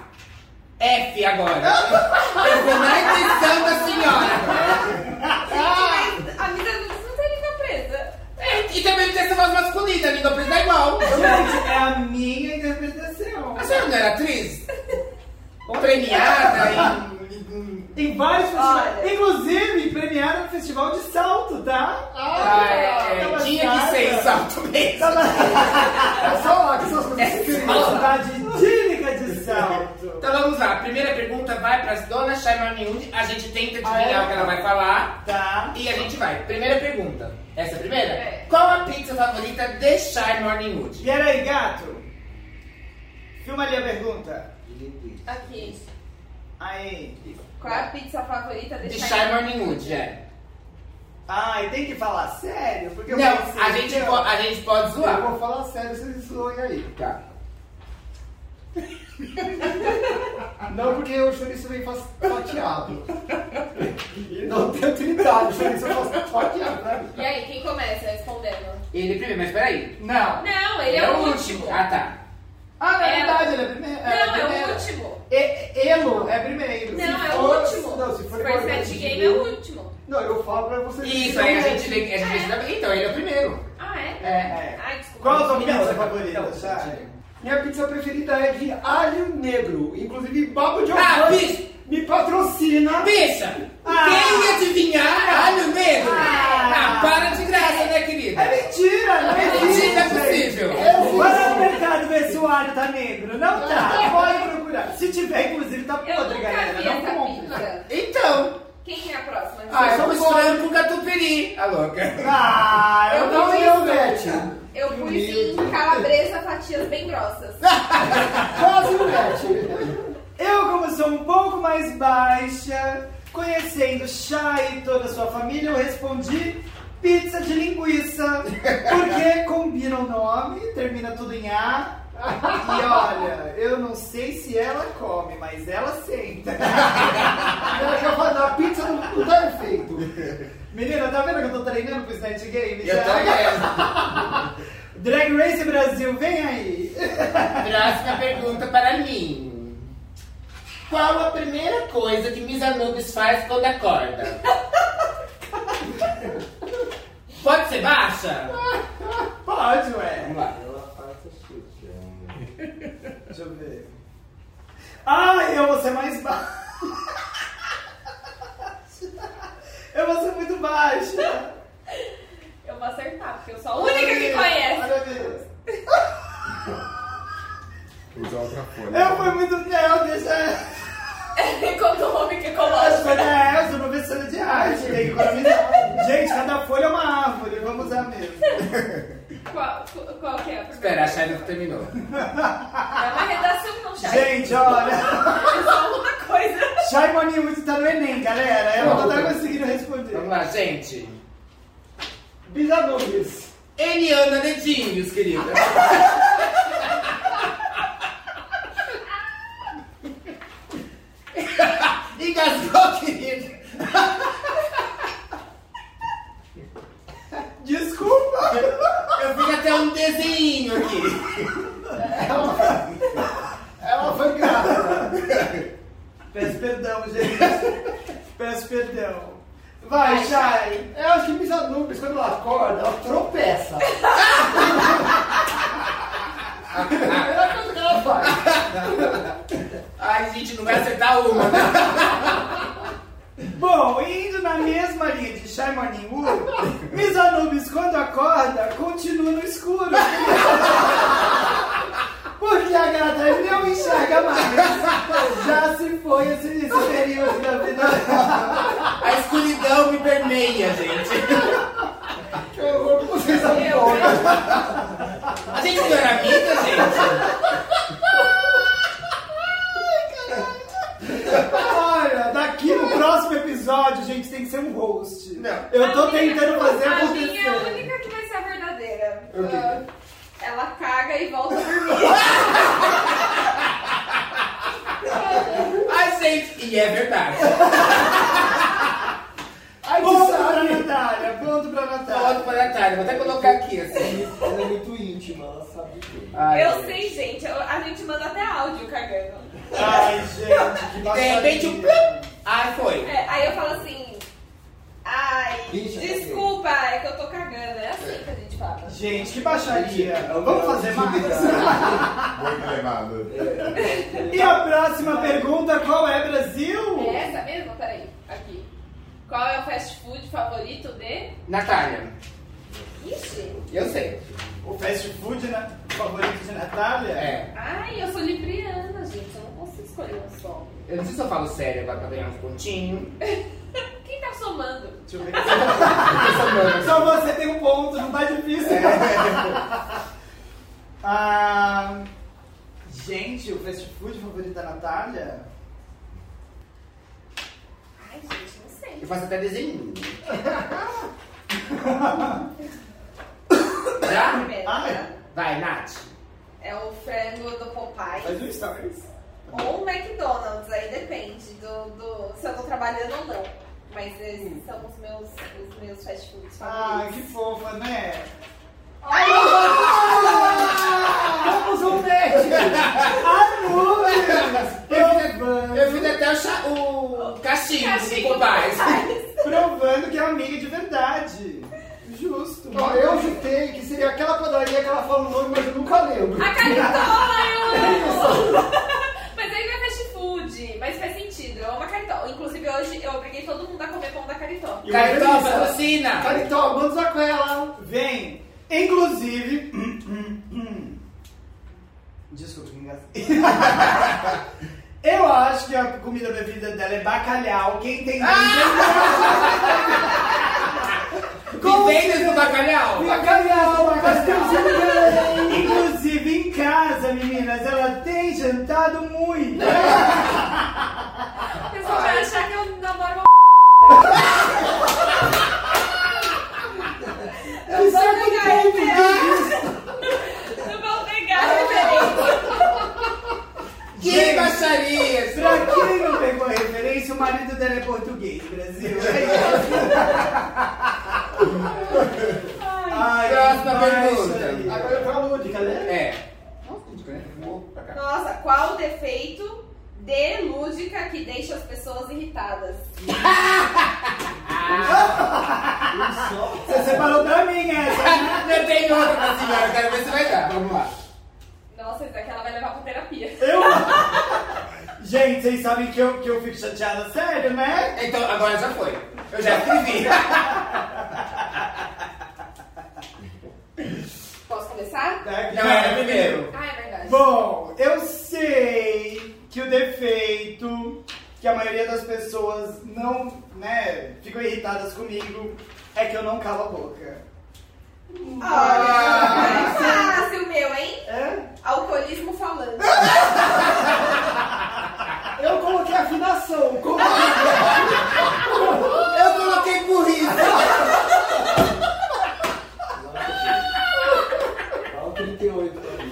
S2: F agora. Eu vou na edição da senhora. Ah.
S3: Gente, mas a vida adulta não tem língua presa.
S2: É, E também tem essa voz masculina, a língua presa é igual.
S5: Gente, é a minha interpretação.
S2: A senhora não era atriz? Premiada em- em.
S5: Em vários festivais.
S3: Olha.
S5: Inclusive, premiada no Festival de Salto, tá?
S2: Ah,
S5: é
S2: é,
S5: uma
S2: tinha que ser em
S5: piada.
S2: salto mesmo.
S4: É só lá que essas coisas
S2: É
S4: incríveis.
S2: só-
S5: Cidade idílica de Salto.
S2: Então vamos lá, a primeira pergunta vai para as donas Shaimaniyud. A gente tenta adivinhar
S5: Ah, é?
S2: o que ela vai falar.
S5: Tá?
S2: E a gente vai. Primeira pergunta. Essa é a primeira?
S3: É.
S2: Qual a pizza favorita de Shai Morning Wood?
S5: E era aí, gato? Filma ali a pergunta.
S3: Aqui.
S5: Aí.
S3: Qual é a pizza favorita
S2: De
S3: desse
S2: Shai Morning Wood, é.
S5: Ai, tem que falar sério? Porque eu pensei,
S2: Não, a gente,
S5: entendeu?
S2: po- a gente pode
S5: Ah,
S4: Eu
S2: zoar.
S4: vou falar sério, vocês zoem aí.
S2: Tá.
S4: Ah, Não, porque o chouriço vem fas- <laughs> fatiado. Não tem utilidade, o chouriço é fatiado, né?
S3: E aí, quem começa respondendo?
S2: Ele primeiro, mas peraí.
S5: Não.
S3: Não, ele é o último.
S2: Ah, tá.
S5: Ah, na
S3: É.
S5: verdade, ele é primeiro.
S3: Não, é o último.
S5: E- Elo é primeiro.
S3: Não, é
S4: for-
S3: o último.
S4: não, se for
S3: Super
S4: igual a
S3: Smash
S4: gente
S3: Game
S4: viu-
S3: é o último.
S4: Não, eu falo pra vocês.
S2: Isso, aí a
S4: é
S2: gente vê que a gente vê que- Então, ele é o primeiro.
S3: Ah, é?
S5: É.
S3: Ai, desculpa.
S5: Qual a sua
S4: Não,
S5: pizza
S4: não,
S5: favorita,
S4: não,
S5: Chay?
S4: Minha pizza preferida é de alho negro. Inclusive, Babo de
S2: Ah,
S4: Alho
S2: bicho!
S4: me patrocina.
S2: Bicha!
S5: Ah.
S2: Quem ia adivinhar? Alho negro!
S5: Ah.
S2: Ah, para de graça, né, querida?
S5: É mentira, não
S2: É
S5: existe.
S2: mentira, é possível.
S5: Vai no mercado ver se o alho tá negro. Não tá. Pode procurar. Se tiver, inclusive, tá
S3: Eu
S5: podre,
S3: nunca
S5: galera.
S3: vi
S5: Não um
S3: essa
S5: compra.
S3: pizza.
S2: Então,
S3: Quem é a próxima?
S2: ah,
S4: só
S2: estamos
S4: vou-
S2: falando com catupiry. A louca.
S5: Ah, eu
S4: Eu não
S5: não
S4: dei o match.
S3: Eu fui em calabresa, fatias bem grossas.
S4: Quase o match.
S5: Eu, como sou um pouco mais baixa, conhecendo Chay e toda a sua família, eu respondi pizza de linguiça.
S4: <laughs>
S5: Porque combina o nome, termina tudo em A. E olha, eu não sei se ela come, mas ela senta.
S4: Ela quer falar, a pizza não, não tá efeito.
S5: Menina, tá vendo que eu tô treinando pro Snatch Game?
S2: Eu também.
S5: Drag Race Brasil, vem aí!
S2: Próxima pergunta para mim. Qual a primeira coisa que Miss Anubis faz quando acorda? Pode ser baixa?
S5: Pode, ué.
S2: Vamos lá.
S6: Ela passa chute.
S5: né? <laughs> Deixa eu ver. Ai, Ah, eu vou ser mais baixa. <laughs> Eu vou ser muito baixa.
S3: Eu vou acertar, porque eu sou a única que conhece. <laughs>
S5: Maravilha.
S6: Usa outra folha.
S5: Eu fui muito fiel, deixa.
S3: Econômica,
S5: As
S3: ecológica.
S5: folhas é essa, professora de arte, né? tem que economizar. Gente, cada folha é uma árvore, vamos usar mesmo.
S3: Qual, qual que é a primeira?
S2: Espera, a Shai não terminou.
S3: É uma redação não, Chay.
S5: Gente, olha,
S3: É só uma coisa.
S5: Shaimoni muito tá no Enem, galera. Ela não tá conseguindo
S2: Vamos
S5: responder.
S2: lá, gente.
S4: Bisanubis.
S2: Eliana Dedinhos, querida. Engasgou, querida.
S5: Desculpa!
S2: <laughs> Eu fiz até um desenho aqui.
S4: É uma pancada.
S5: Peço perdão, gente. Peço perdão. Vai, Shai.
S4: Eu É, acho que Bisanubis, quando ela acorda, ela tropeça. É a primeira coisa que ela faz.
S2: Ai, gente, não vai acertar uma, né?
S5: Bom, indo na mesma linha de Shai Morning Wood, Miss Anubis, quando acorda, continua no escuro. Porque a gata não enxerga mais. Já se foi esse, esse período da vida dela.
S2: A escuridão me permeia, gente.
S4: Que horror que vocês apontam.
S2: A gente não era amiga, gente?
S5: Olha, daqui no próximo episódio, gente, tem que ser um host.
S2: Não.
S5: Eu tô
S3: A minha-
S5: tentando fazer
S3: A minha é a
S5: acontecer.
S3: única que vai ser a verdadeira.
S2: O quê?
S3: Ah, Ela caga e volta a dormir.
S2: Ai, gente, e é verdade.
S4: Ai, que
S5: Ponto pra
S4: sabe.
S5: Natália, ponto
S2: Outro
S5: pra Natália.
S2: para a Natália, vou até colocar aqui, assim.
S6: Ela é muito íntima, ela sabe tudo.
S2: Ai,
S3: eu
S2: gente.
S3: sei, gente. eu- a gente manda até áudio cagando.
S5: Ai, gente, que
S2: De repente, um...
S5: baixaria.
S2: Ai, foi.
S3: É, aí eu falo assim. Ai,
S6: Bicha,
S3: desculpa, é que eu tô cagando. É assim que a gente fala.
S5: Gente, que baixaria. Vamos fazer mais?
S6: Muito elevado.
S5: E a próxima pergunta, qual é Brasil?
S3: É essa mesmo? Peraí, aqui. Qual é o fast food favorito de.
S2: Natália,
S3: Ixi!
S2: eu sei.
S5: O fast food né? favorito de Natália?
S2: É.
S3: Ai, eu sou libriana, gente. Eu não consigo escolher um só. <laughs>
S2: Eu não sei se eu falo sério agora pra ganhar uns pontinhos.
S3: Quem tá somando?
S5: Deixa eu ver. <laughs> Só você tem um ponto, não tá difícil. <laughs> Ah, gente, o fast food favorito da Natália?
S3: Ai, gente, não sei.
S2: Eu faço até desenho. Já?
S3: Primeiro,
S5: Ah, Ai.
S3: né?
S2: Vai, Nath.
S3: é o frango do Popeye
S5: Faz um stories.
S3: ou o McDonald's, aí depende do, do- se eu tô trabalhando ou não. Mas esses são os meus, os meus fast foods
S5: Ah,
S3: favoritos.
S5: que fofa, <laughs> né?
S4: Vamos um beijo.
S5: Provando,
S2: Eu fui até o, cha... o cachimbo de
S3: Cachimbo.
S2: Cobais.
S5: provando que é amiga de verdade. Justo.
S4: Ó, Eu chutei que seria aquela padaria que ela fala o nome, mas eu nunca lembro.
S3: A caritola, eu amo! Mas aí não é fast food, mas faz sentido, eu amo a caritola. Inclusive hoje eu obriguei todo mundo a comer pão da caritola.
S5: E uma
S2: Cartão,
S5: delícia.
S2: patrocina.
S4: Caritó, manda os aquela.
S5: Vem! Inclusive. hum, hum, hum. Desculpa, me engasguei. Eu acho que a comida bebida dela é bacalhau. Quem tem
S3: Ah,
S2: Vivendo do bacalhau.
S5: bacalhau, bacalhau. Inclusive em casa, meninas, ela tem jantado muito.
S3: A pessoa vai achar que eu namoro uma Eu vou pegar a referência. Eu vou pegar a referência.
S2: Que
S5: Gente.
S2: baixaria.
S5: Pra quem não pegou a referência, o marido dela é português, Brasil. <laughs> Ai,
S2: Próxima
S5: baixaria.
S2: pergunta.
S4: Agora eu tô a lúdica, né?
S2: É. Nossa, gente, né? Voou pra cá.
S3: Nossa, qual o defeito de Lud irritadas.
S5: Você separou pra mim essa.
S2: Assim, Eu tenho outra pra senhora, quero ver se vai dar. Vamos lá.
S3: Nossa, isso daqui ela vai levar pra terapia.
S5: Eu... Gente, vocês sabem que eu, que eu fico chateada, sério, né?
S2: Então, agora já foi. Eu já escrevi.
S3: Posso começar?
S2: Não, era primeiro.
S3: Ah, é verdade.
S5: É Bom, eu sei que o defeito que a maioria das pessoas não, né, ficam irritadas comigo é que eu não calo a boca.
S3: Ah, fácil o meu, hein?
S5: É?
S3: Alcoolismo falando.
S4: Eu coloquei afinação. Como
S5: Eu coloquei burrice.
S6: Fala 38 pra mim.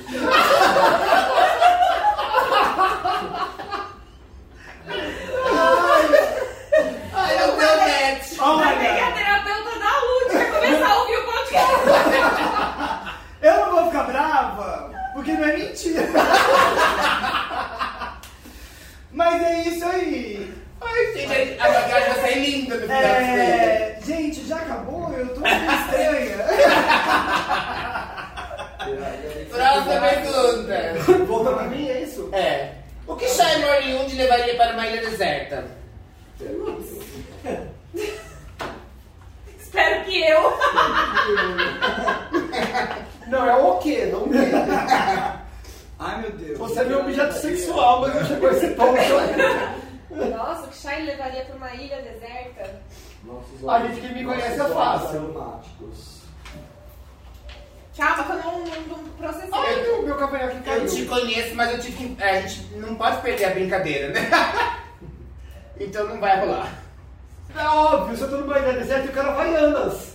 S2: Ai, eu deu net.
S5: Oh my
S3: Vai pegar
S5: God.
S3: a terapeuta da Lud, vai começar a ouvir o podcast.
S5: Eu não vou ficar brava, porque não é mentira. Mas é isso aí.
S2: Ai, gente, a maquiagem vai sair linda no final é...
S5: É, gente, já acabou? Eu tô meio estranha.
S2: Próxima pergunta.
S4: Volta pra mim, é isso?
S2: É. O que Shai Moriundi levaria para uma ilha deserta?
S3: Espero que eu.
S4: Não, é o quê? Não me.
S5: Ai, meu Deus.
S4: Você é meu objeto sexual, mas não chegou a esse ponto.
S3: Nossa, o que Shine levaria pra uma ilha deserta?
S6: Nossos
S4: A gente que me conhece é fácil.
S6: Aromáticos.
S3: Calma, que eu não, não, não processei.
S4: Ai, meu, meu cavanhaque
S2: Eu te
S4: caiu.
S2: conheço, mas eu tive que. é, A gente não pode perder a brincadeira, né? <laughs> Então não vai rolar.
S4: É óbvio, se eu tô numa ilha deserta, eu quero Havaianas.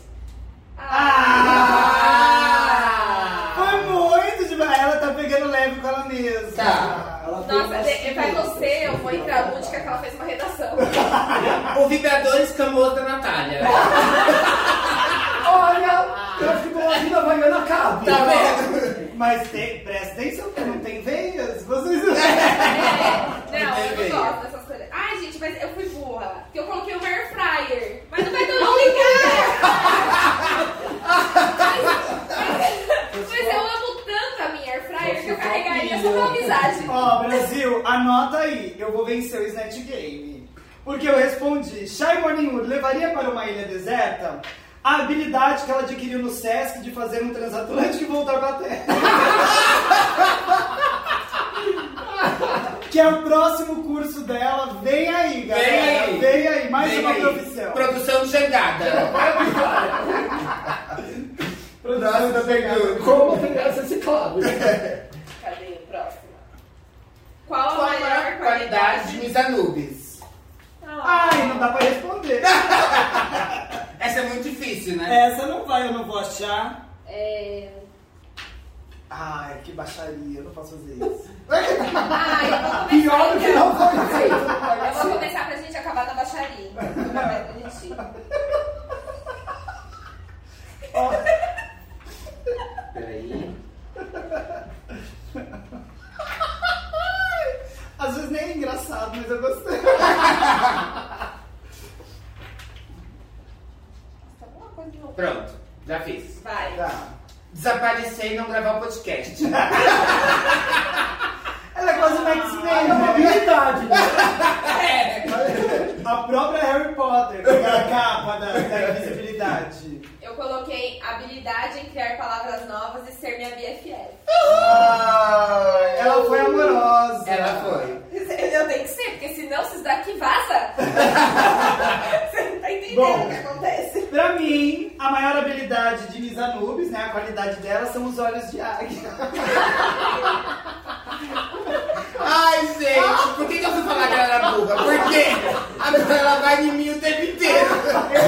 S3: Ah.
S2: Ah.
S4: Ah!
S5: Foi muito demais. Ela tá pegando leve com ela mesma.
S2: Tá.
S6: Ela tem
S3: Nossa,
S6: umas
S3: de- vai
S6: crianças,
S3: você, eu vou
S6: assim,
S3: entrar
S6: ela
S3: no que ela fez uma redação.
S2: O vibrador escamou da Natália.
S4: Olha, eu acho que uma vida Havaiana cabe.
S2: Tá vendo?
S5: Mas tem, presta atenção, porque não tem veias. Vocês
S3: É, não, eu
S2: Entendi.
S3: não gosto dessas coisas. Ai, gente, mas eu fui burra. Porque eu coloquei uma air fryer. Mas não vai todo mundo ligar! mas, mas eu amo tanto a minha air fryer que eu carregaria só pela amizade.
S5: Ó, Brasil, anota aí. Eu vou vencer o Snatch Game. Porque eu respondi, Shai Morningwood levaria para uma ilha deserta a habilidade que ela adquiriu no Sesc de fazer um transatlântico e voltar pra Terra. <laughs> que é o próximo curso dela. Vem aí, galera.
S2: Vem aí.
S5: Vem aí. Mais
S2: Vem
S5: uma
S2: aí.
S5: profissão.
S2: Produção de jangada.
S5: Produção da pegada.
S4: Como tem essa reciclável?
S3: Cadê o próximo? Qual,
S2: Qual é
S3: a maior Ah,
S2: qualidade de Miss Anubis?
S5: Ai, não dá pra responder.
S2: Essa é muito difícil, né?
S5: <laughs> Essa não vai, eu não vou achar.
S3: É...
S5: Ai, que baixaria, eu não posso fazer isso.
S3: Ai, eu vou começar.
S4: Pior do que
S3: então.
S4: não foi feito.
S3: Eu vou começar pra gente acabar na baixaria. Então, tá mais bonitinho.
S5: É.
S2: Peraí.
S5: Às vezes nem é engraçado, mas eu gostei.
S3: Tá uma coisa de novo.
S2: Pronto, já fiz.
S3: Vai.
S5: Tá.
S2: Desaparecer e não gravar podcast.
S5: Ela é quase um
S4: É uma
S5: X-Men. né?
S4: habilidade.
S5: A própria Harry <laughs> Potter, que é a capa da, da invisibilidade.
S3: Eu coloquei habilidade em criar palavras novas e ser minha BFF.
S5: Ai, ela foi amorosa.
S2: Ela foi.
S3: <laughs> Eu tenho que ser, porque senão esses daqui vaza. <laughs> Você não tá entendendo
S5: Bom.
S3: o que acontece.
S5: Pra mim, a maior habilidade de Miss Anubis, né, a qualidade dela, são os olhos de águia.
S2: Ai, gente, por que, que eu fui falar que ela era burra? Porque a pessoa ela vai em mim o tempo inteiro.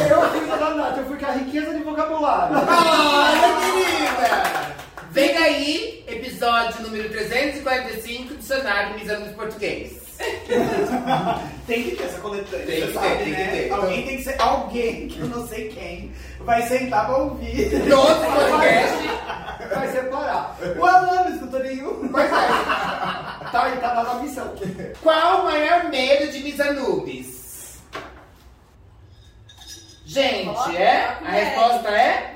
S4: Eu, eu fui da Nath, eu fui com a riqueza de vocabulário.
S2: Olha, querida! Vem daí, episódio número 345, dicionário Misanos Português.
S5: Tem que ter essa coletânea,
S2: Tem que
S5: você
S2: ter,
S5: sabe,
S2: tem que
S5: né?
S2: ter.
S5: Alguém tem que ser alguém, que eu não sei quem, vai sentar pra ouvir. <laughs>
S2: Nosso podcast.
S4: Vai separar.
S5: O Alan não escutou nenhum.
S4: Tá, e tá lá na missão.
S2: Qual o maior medo de Misanubis? é?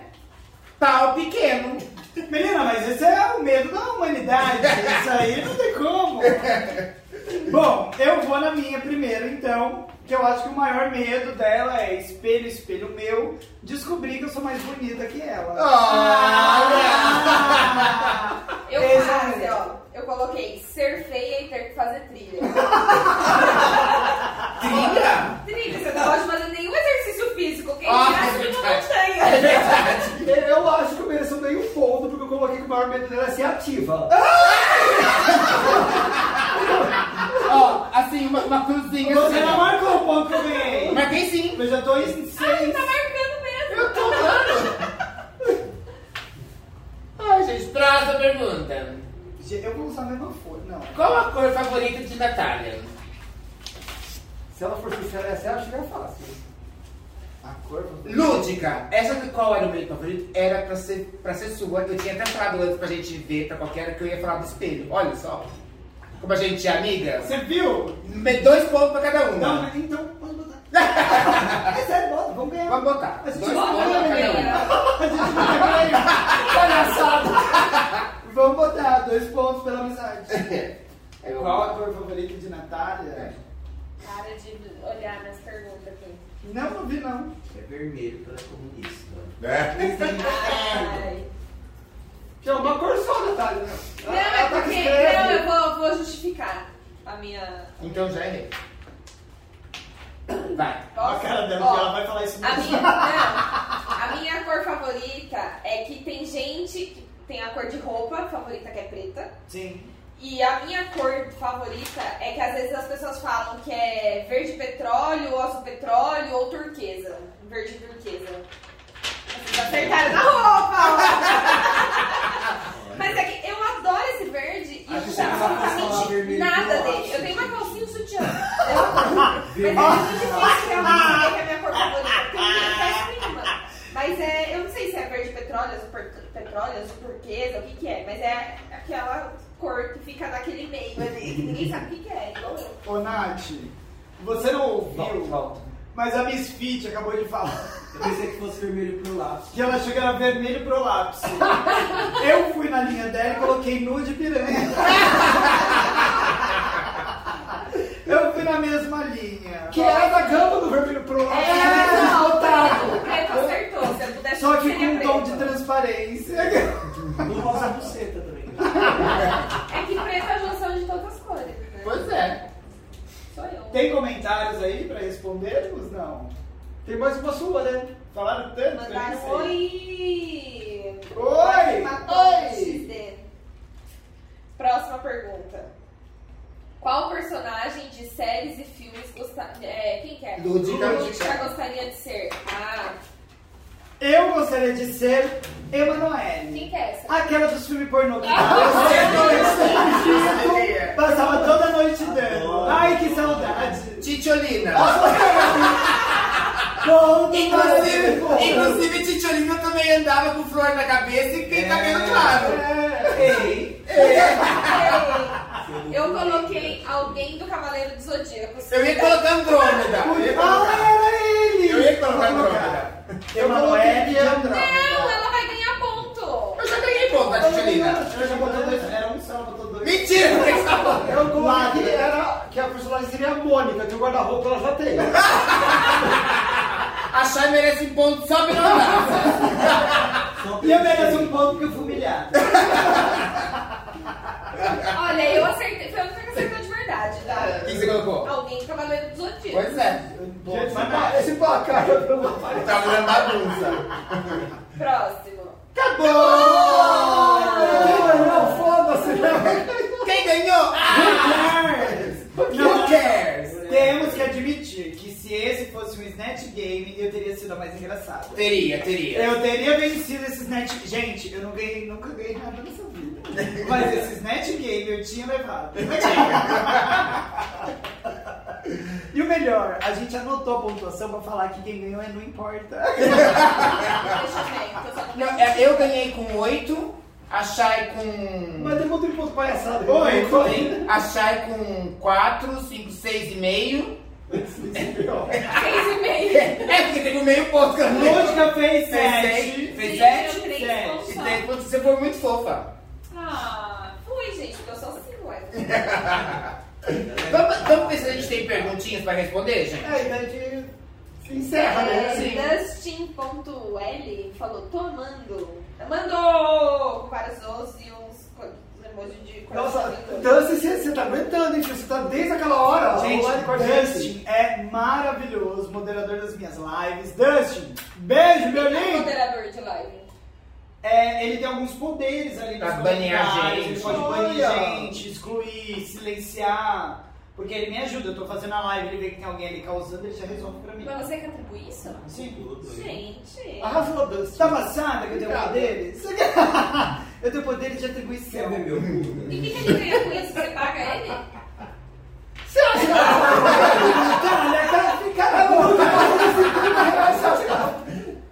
S2: Pau pequeno.
S5: Menina, mas esse é o medo da humanidade. Isso aí não tem como. Bom, eu vou na minha primeiro, então. Que eu acho que o maior medo dela é espelho, espelho meu, descobrir que eu sou mais bonita que ela. Ah!
S3: Eu
S5: Esse é o
S3: quase,
S5: medo.
S3: ó. Eu coloquei ser feia e ter que fazer trilha.
S2: <laughs> Trilha?
S3: trilha, você não pode fazer nenhum exercício físico. Quem
S2: Ah,
S3: acha
S2: é
S3: que uma
S2: verdade.
S3: montanha?
S2: Verdade.
S4: Eu- Eu acho que eu mereço meio fundo, porque eu coloquei que o maior medo dela é ser ativa.
S2: Ó, assim, uma, uma cruzinha
S5: Você
S2: assim.
S5: não
S2: ó.
S5: marcou o ponto que eu ganhei.
S2: Marquei sim.
S5: Eu já tô em
S3: Ai,
S5: seis.
S3: <laughs> tá marcando mesmo.
S2: é Eu tô dando. Ai, gente, próxima pergunta.
S5: Gente, Eu vou usar a mesma folha. Não.
S2: Qual a cor favorita de Natália?
S4: Se ela for sincera, essa eu acho que é fácil.
S5: A cor...
S2: Lúdica, essa de qual era o meu favorito era pra ser, pra ser sua. Eu tinha até falado antes pra gente ver pra qualquer hora que eu ia falar do espelho. Olha só. Como a gente é amiga.
S5: Você viu?
S2: Me- Dois pontos pra cada um, né? uma.
S5: Não, mas então, pode botar. É sério, bota, vamos ganhar.
S2: Vamos botar.
S5: A gente
S2: Dois
S5: bota,
S2: pontos pra cada um. uma.
S3: Olha,
S5: A gente vai ganhar. Palhaçada. Vamos botar dois pontos pela amizade.
S2: Eu-
S5: Qual a cor favorita de Natália?
S3: Para de olhar nas perguntas aqui.
S5: Não, não vi não.
S6: É vermelho para comunista.
S7: Né?
S3: Ai.
S4: Que é uma cor só, Natália. né?
S3: Não,
S4: Ela-
S3: é
S4: ela tá com
S3: porque.
S4: escreve.
S3: Não, eu vou, vou justificar a minha.
S2: Então já errei. Vai.
S5: Olha a cara dela,
S3: Ó,
S5: que ela vai falar isso
S3: A
S5: mesmo.
S3: minha, não, a minha cor favorita é que tem gente que tem a cor de roupa favorita que é preta.
S5: Sim.
S3: E a minha cor favorita é que às vezes as pessoas falam que é verde petróleo, ou azul petróleo ou turquesa. Verde turquesa. Vocês acertaram na roupa! <laughs> Mas é que eu adoro esse verde e eu não sei absolutamente nada dele. Eu tenho uma calcinha e um sutiã. Eu adoro. Mas é muito difícil realmente saber que é a minha cor favorita, porque não tem peça nenhuma. Mas
S5: <laughs>
S3: é, eu não sei se é verde petróleo, azul per- petróleo, azul turquesa, o que que é, mas é aquela cor que fica naquele meio ali, que ninguém sabe o que que é, igual eu.
S5: Ô, Nath, você não ouviu,
S4: Volta, volta.
S5: mas a Miss Fit acabou de falar <laughs>
S6: Eu pensei que fosse vermelho pro lápis.
S5: que ela achou que era vermelho pro
S3: <laughs>
S5: lápis. Eu fui na linha dela e coloquei nude
S3: <laughs>
S5: piranha. Eu fui na mesma linha. tá
S4: Que é da gama do vermelho pro lado.
S5: É,
S3: É, Preto É, acertou, se eu pudesse
S5: Só que com
S3: seria
S5: um tom
S3: preto.
S5: de transparência.
S6: Não rosa buceta também.
S3: É que preto é a junção de todas as cores, né?
S2: Pois é.
S3: Sou eu.
S5: Tem comentários aí pra respondermos? Não.
S4: Tem mais uma sua, né?
S5: Falaram tanto? né?
S3: Mandaram
S5: Isso aí.
S3: oi!
S5: Oi!
S3: Matou
S5: Oi!
S3: XD. Próxima pergunta. Qual personagem de séries e filmes gostaria. É, quem quer?
S2: Lúdica.
S3: Lúdica gostaria de ser? Ah,
S5: Eu gostaria de ser Emanuele.
S3: quem que é
S5: <laughs>
S3: essa?
S5: Aquela dos filmes pornô que
S2: Ah. Alegria.
S5: passava toda noite dando.
S6: Adoro.
S5: Ai, que saudade.
S2: Titiolina.
S5: Conta
S2: Inclusive,
S5: mais.
S2: inclusive Titiolina também andava com flor na cabeça e tem
S5: É.
S2: cabelo claro.
S5: Ei,
S3: Eu coloquei alguém do Cavaleiro do Zodíaco.
S2: Eu ia colocar Andrômeda. Eu ia
S5: ah,
S2: colocar-
S5: era ele.
S2: Eu ia colocar um
S5: Vou
S2: Andrômeda.
S5: Eu
S4: Emanuele
S5: coloquei de
S4: e
S3: Não,
S5: Andrômeda.
S3: ela vai ganhar ponto!
S2: Eu já ganhei ponto da Titiolina.
S5: Eu já botou dois. Era um só, botou dois.
S2: Mentira, por que você tá falando?
S4: Eu
S5: Ladra.
S4: coloquei que, era, que a personagem seria a Mônica, que o guarda-roupa ela já tem.
S2: A Chay merece um ponto só pelo andar.
S6: Só
S5: E eu mereço um ponto que eu fui humilhado.
S3: Olha, eu acertei. Foi a única que acertou de verdade,
S2: O
S3: tá?
S2: que você colocou?
S3: Alguém do Cavaleiro do Zodíaco.
S2: Pois é.
S4: Gente, esse pa- esse placar é pra uma parede.
S2: Tá virando bagunça.
S3: Próximo.
S4: Quem ganhou? Foda-se, né?
S2: Quem ganhou? Ah, who cares?
S5: Temos que admitir que se esse fosse um Snatch Game, eu teria sido a mais engraçada.
S2: Teria, teria.
S5: Eu teria vencido esse Snatch Gente, eu não ganhei, nunca ganhei nada nessa vida. Mas esse Snatch Game eu tinha levado. E o melhor, a gente anotou a pontuação pra falar que quem ganhou é não importa.
S3: Deixa eu ver, que eu só não
S2: Não, é, eu ganhei com oito, a Chay com.
S4: Mas tem muito ponto palhaçada.
S5: Oi,
S4: Foi,
S5: foi.
S2: A Chay com 4, 5, 6 e meio.
S3: Seis e meio.
S2: É porque teve um meio ponto que eu não lembro.
S5: Lúdica
S2: Fez
S5: fez sete.
S2: seis, fez
S3: Gente,
S2: sete.
S3: eu três
S5: sete.
S3: pontos
S2: E
S3: só.
S2: teve- Você foi muito fofa.
S3: Ah, fui, gente, porque eu sou assim, ué.
S2: Vamos, vamos ver se a gente tem perguntinhas pra responder, gente?
S4: É, e
S5: então
S4: daí que se encerra, né?
S2: Sim.
S3: É, Dustin.l falou, tô amando. Mandou vários os e uns co- uns emojis de
S4: Nossa,
S3: coraçãozinho.
S5: Então,
S4: Dance, você, você tá aguentando, hein? filho? Você tá desde aquela hora. online com a
S5: Gente, Dustin é maravilhoso, moderador das minhas lives. Dustin, beijo, meu
S3: Quem é o
S5: lindo!
S3: moderador de live.
S5: É, ele tem alguns poderes ali
S2: Pra
S5: nos
S2: banir a
S5: comentários,
S2: gente.
S5: Ele pode
S4: Olha!
S5: banir gente, excluir, silenciar. Porque ele me ajuda, eu tô fazendo a live, ele vê que tem alguém ali causando, ele já resolve pra mim.
S3: Mas você que atribui isso?
S5: Sim.
S3: Gente.
S2: Ah.
S4: Arrasou, Dance.
S5: Tá passada que eu tenho
S4: Obrigada.
S5: poderes? <laughs> eu tenho poderes de
S6: Quer
S2: É
S5: atribuição.
S6: ver meu cu?
S3: E o que, que ele ganha com isso? Você paga ele?
S5: Olha, cara, fica na boca.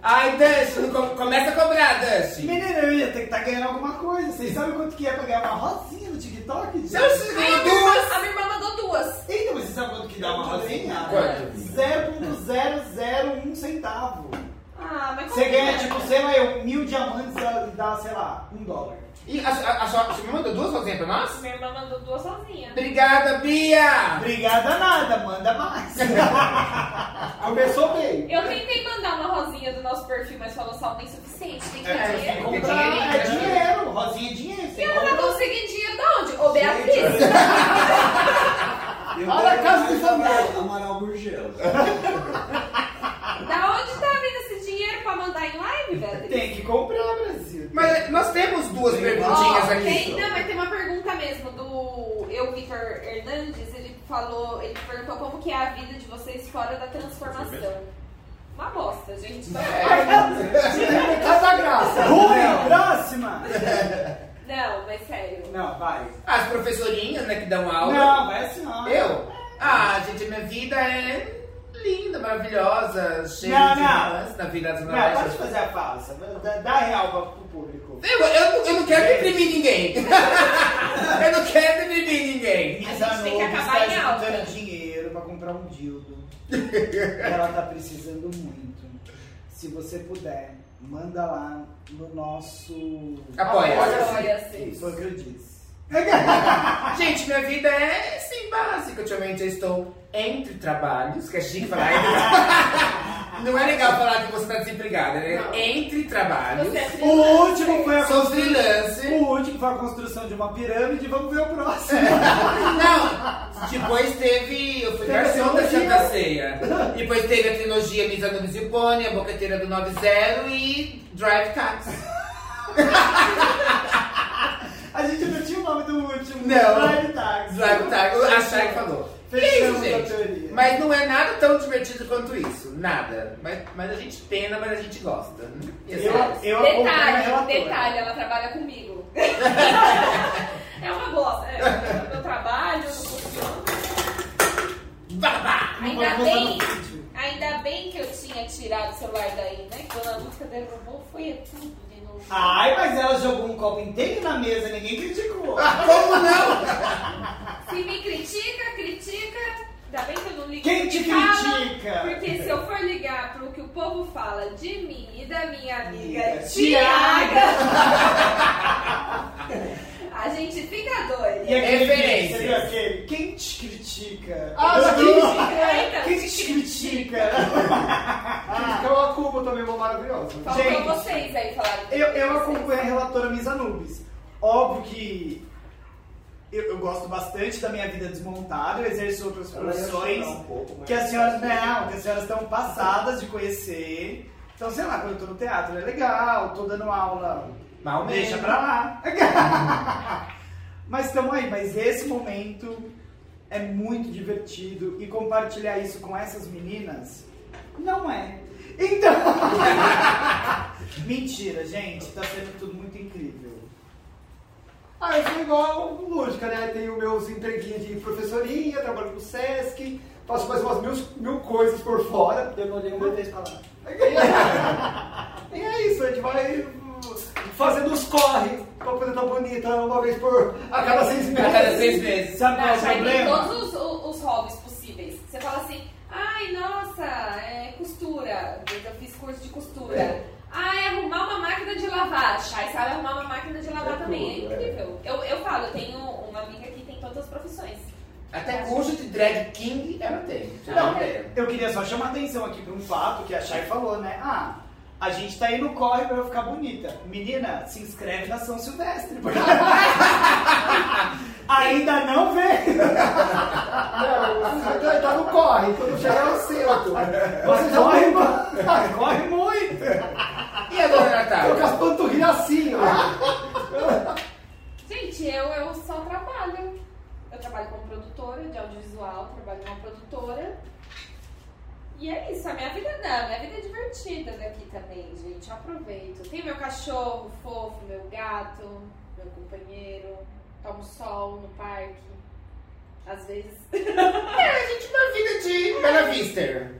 S2: Ai, Dust, não com- começa a cobrar, Dust.
S5: Menina, eu ia ter que estar ganhando alguma coisa. Vocês sabem quanto que é pra ganhar uma rosinha no TikTok? gente?
S2: Eu sei.
S3: Ai, a minha irmã- A minha irmã mandou duas.
S5: Então, vocês sabem quanto que dá uma rosinha?
S2: Quanto?
S5: 0,001 centavo.
S3: Ah, mas
S5: Você
S3: como que
S5: ganha,
S3: é?
S5: tipo, sei lá, eu, mil diamantes e dá, sei lá, um dólar.
S2: E a, a, a sua, você me mandou duas coisinhas pra nós?
S3: Minha irmã mandou duas sozinha.
S2: Obrigada, Bia!
S5: Obrigada nada, manda mais.
S4: <laughs> Começou bem.
S3: Eu tentei mandar uma rosinha do nosso perfil, mas falou saldo insuficiente, tem que
S2: É,
S3: ter dinheiro.
S2: tem que
S5: Comprar
S4: Ah,
S5: é dinheiro, rosinha é dinheiro.
S3: E
S5: Você
S3: ela vai
S5: compra.
S3: conseguir dinheiro de onde? Ô, Beatriz!
S6: Eu
S4: Olha a
S6: quero
S4: casa de
S6: mais Amaral- Amaral Gurgel.
S3: Da onde tá vindo esse dinheiro pra mandar em live, Beatriz?
S5: Tem que comprar, Brasil.
S2: Mas nós temos duas
S6: Sim.
S2: perguntinhas
S3: Ó, tem,
S2: aqui.
S3: não, mas tem uma pergunta mesmo do eu, Vitor Hernandes, ele falou, ele perguntou como que é a vida de vocês fora da transformação. Uma bosta, gente. Não,
S2: É.
S5: É,
S4: Casa Graça.
S5: Rui, próxima!
S3: não mas sério.
S5: Não, vai.
S2: As professorinhas, né, que dão aula.
S5: Não, vai assim não.
S2: Eu? Ah, gente, minha vida é linda, maravilhosa, cheia
S5: Não,
S2: de
S5: não.
S2: nuances na vida das
S5: Não,
S2: mulheres.
S5: pode fazer a falsa. Dá, dá real pra- pro público.
S2: Eu, eu, não- eu não quero deprimir ninguém. <laughs> eu não quero deprimir ninguém.
S3: A gente tem que
S5: Nobis
S3: acabar
S5: tá
S3: em alta.
S5: juntando dinheiro pra comprar um <laughs> dildo. Ela tá precisando muito. Se você puder, manda lá no nosso.
S2: Apoia.
S3: Apoia-se.
S5: Foi o que eu disse.
S2: Gente, minha vida é, sim, básica. Ultimamente eu estou entre trabalhos, que é chique
S3: <laughs>
S2: falar entre Não é legal falar que você está desempregada, né?
S3: Não.
S2: Entre trabalhos.
S3: Você é freelancer.
S5: O último foi a
S2: Sou
S5: construção.
S2: freelance.
S5: O último foi a construção de uma pirâmide, vamos ver o próximo.
S2: Não! Depois teve. Eu fui
S4: Teve a
S2: garçom da
S4: trilogia.
S2: Santa Ceia. Depois teve a trilogia Misa do Zipone, a Boqueteira do 90 e Drive Taxi.
S5: A gente não tinha o nome do último. né?
S2: Não.
S5: Drive Taxi.
S2: Drive Taxi, a Shai falou. E é isso,
S5: Fechamos a
S2: gente.
S5: teoria.
S2: Mas não é nada tão divertido quanto isso. Nada. Mas, mas a gente pena, mas a gente gosta. E assim,
S5: Eu, eu acompanho a
S3: Detalhe,
S5: relatora.
S3: detalhe, ela trabalha
S5: <laughs>
S3: comigo. é uma bosta. É, eu trabalho, eu não funciono.
S2: babá!
S5: Não pode
S3: Ainda
S5: botar
S3: bem,
S5: no vídeo.
S3: ainda bem que eu tinha tirado o celular daí, né? Quando a música derrubou, foi tudo de novo.
S5: Ai, mas ela jogou um copo inteiro na mesa, ninguém criticou.
S4: Ah,
S2: Como não?
S3: Se me critica, critica. Ainda bem que eu não ligo.
S5: Quem te
S3: Fala,
S5: critica?
S3: Porque se eu for ligar pro que o povo fala de mim e da minha amiga
S5: Amiga,
S3: Tiaga, <laughs> a gente fica doido.
S5: E é aquele
S2: Referência.
S5: vídeo, você viu aquele? Quem te critica?
S4: Ah, ela critica.
S3: né?
S5: <laughs> Quem te critica? Ah.
S4: Então a Cuba também é uma maravilhosa.
S3: Faltou
S5: Gente,
S3: vocês aí falarem.
S5: Eu, eu acompanho a relatora Misa Nubes. Óbvio que eu, eu gosto bastante da minha vida desmontada, eu exerço outras
S4: é
S6: Ela ia
S5: profissões.
S6: chorar
S4: né?
S6: um pouco, mas...
S5: Que as senhoras, não, que as senhoras estão passadas de conhecer. Então, sei lá, quando eu tô no teatro é legal, tô dando aula,
S2: Mal
S5: deixa
S2: mesmo.
S5: pra lá. <laughs> mas estamos aí, mas esse momento é muito divertido e compartilhar isso com essas meninas não é. Então. <laughs> Mentira, gente, tá sendo tudo muito incrível.
S4: Ah, eu sou igual lógica, né? Tenho meus empreguinhos de professorinha, trabalho com o Sesc, faço mais umas mil, mil coisas por fora, porque eu não olhei uma vez pra lá. E é isso, a gente vai hum, fazendo os corre pra poder estar bonita né? uma vez por a cada seis meses.
S2: A cada seis meses.
S5: Sabe qual é
S3: Não,
S5: o
S3: já tem
S5: problema?
S3: todos os, os, os hobbies possíveis. Você fala assim, é
S5: É.
S3: lavar, Chay sabe arrumar uma máquina de lavar
S6: É
S3: também,
S6: tudo,
S3: é incrível. Eu, eu falo, eu tenho uma amiga que tem todas as profissões.
S2: Até curso de drag king ela tem.
S3: Não.
S2: Não, é. tem.
S5: Eu queria só chamar a atenção aqui pra um fato que a Chay falou, né? Ah, a gente tá aí no corre pra eu ficar bonita. Menina, se inscreve na São Silvestre. porque-
S4: <laughs>
S5: Ainda não vem.
S4: Não, tá, tá no corre, quando chegar eu sento. Você já
S5: Corre,
S4: vai
S5: mano. Corre muito.
S2: E a dona Natália?
S4: com as panturrilhas assim, ó.
S3: Gente, eu, eu só trabalho. Eu trabalho como produtora de audiovisual, trabalho como produtora. E é isso, a minha vida não, minha vida é divertida daqui também, gente. Eu aproveito. Tem meu cachorro fofo, meu gato, meu companheiro. Tomo sol no parque. Às vezes.
S2: A gente uma vida de Bela Vista.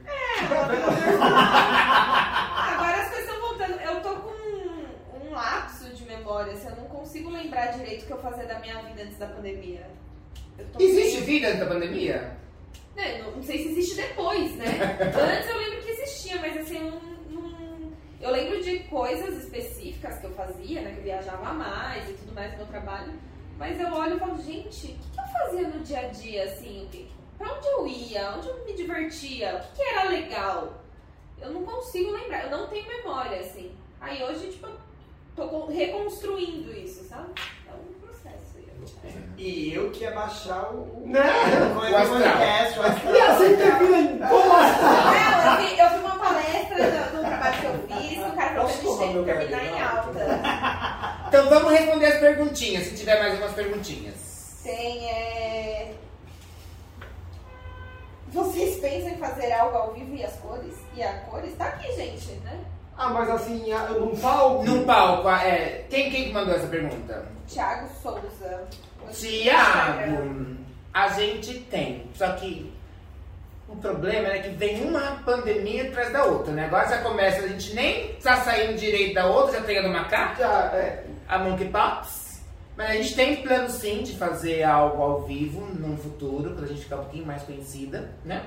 S3: Agora as coisas estão voltando. Eu tô com um, um lapso de memória, assim, eu não consigo lembrar direito o que eu fazia da minha vida antes da pandemia. Eu tô
S2: Existe vida antes da pandemia?
S3: Né, Não, não sei se existe depois, né? Antes eu lembro que existia, mas assim, eu não, não- eu lembro de coisas específicas que eu fazia, né? Que eu viajava mais e tudo mais no meu trabalho. Mas eu olho e falo, gente, o que, que eu fazia no dia a dia, assim? O que- Pra onde eu ia? Onde eu me divertia? O que, que era legal? Eu não consigo lembrar, eu não tenho memória, assim. Aí hoje, tipo, eu tô con- reconstruindo isso, sabe? É um processo.
S5: E eu que ia baixar o.
S4: Né?
S5: o
S2: astral.
S5: podcast, o astral.
S4: E assim termina em boa.
S3: Ah, eu, fui, eu fui uma palestra no, no trabalho que eu fiz, o cara falou que a gente
S6: Posso
S3: tem que
S6: tomar meu
S3: terminar em
S6: carboidrato?
S3: alta.
S2: Então vamos responder as perguntinhas, se tiver mais algumas perguntinhas.
S3: Tem, é... Vocês pensam em fazer algo ao vivo e as cores? E a cores? Tá aqui, gente, né?
S4: Ah, mas assim, ah, num palco.
S2: Num palco, ah, é. Quem, quem que mandou essa pergunta?
S3: Tiago Souza.
S2: Tiago, a gente tem. Só que o problema é que vem uma pandemia atrás da outra, né? Agora já começa, a gente nem tá saindo direito da outra, já tá tem a do macaco,
S4: Já, é.
S2: a Monkey Pops. Mas a gente tem plano sim de fazer algo ao vivo no futuro, quando a gente ficar um pouquinho mais conhecida, né?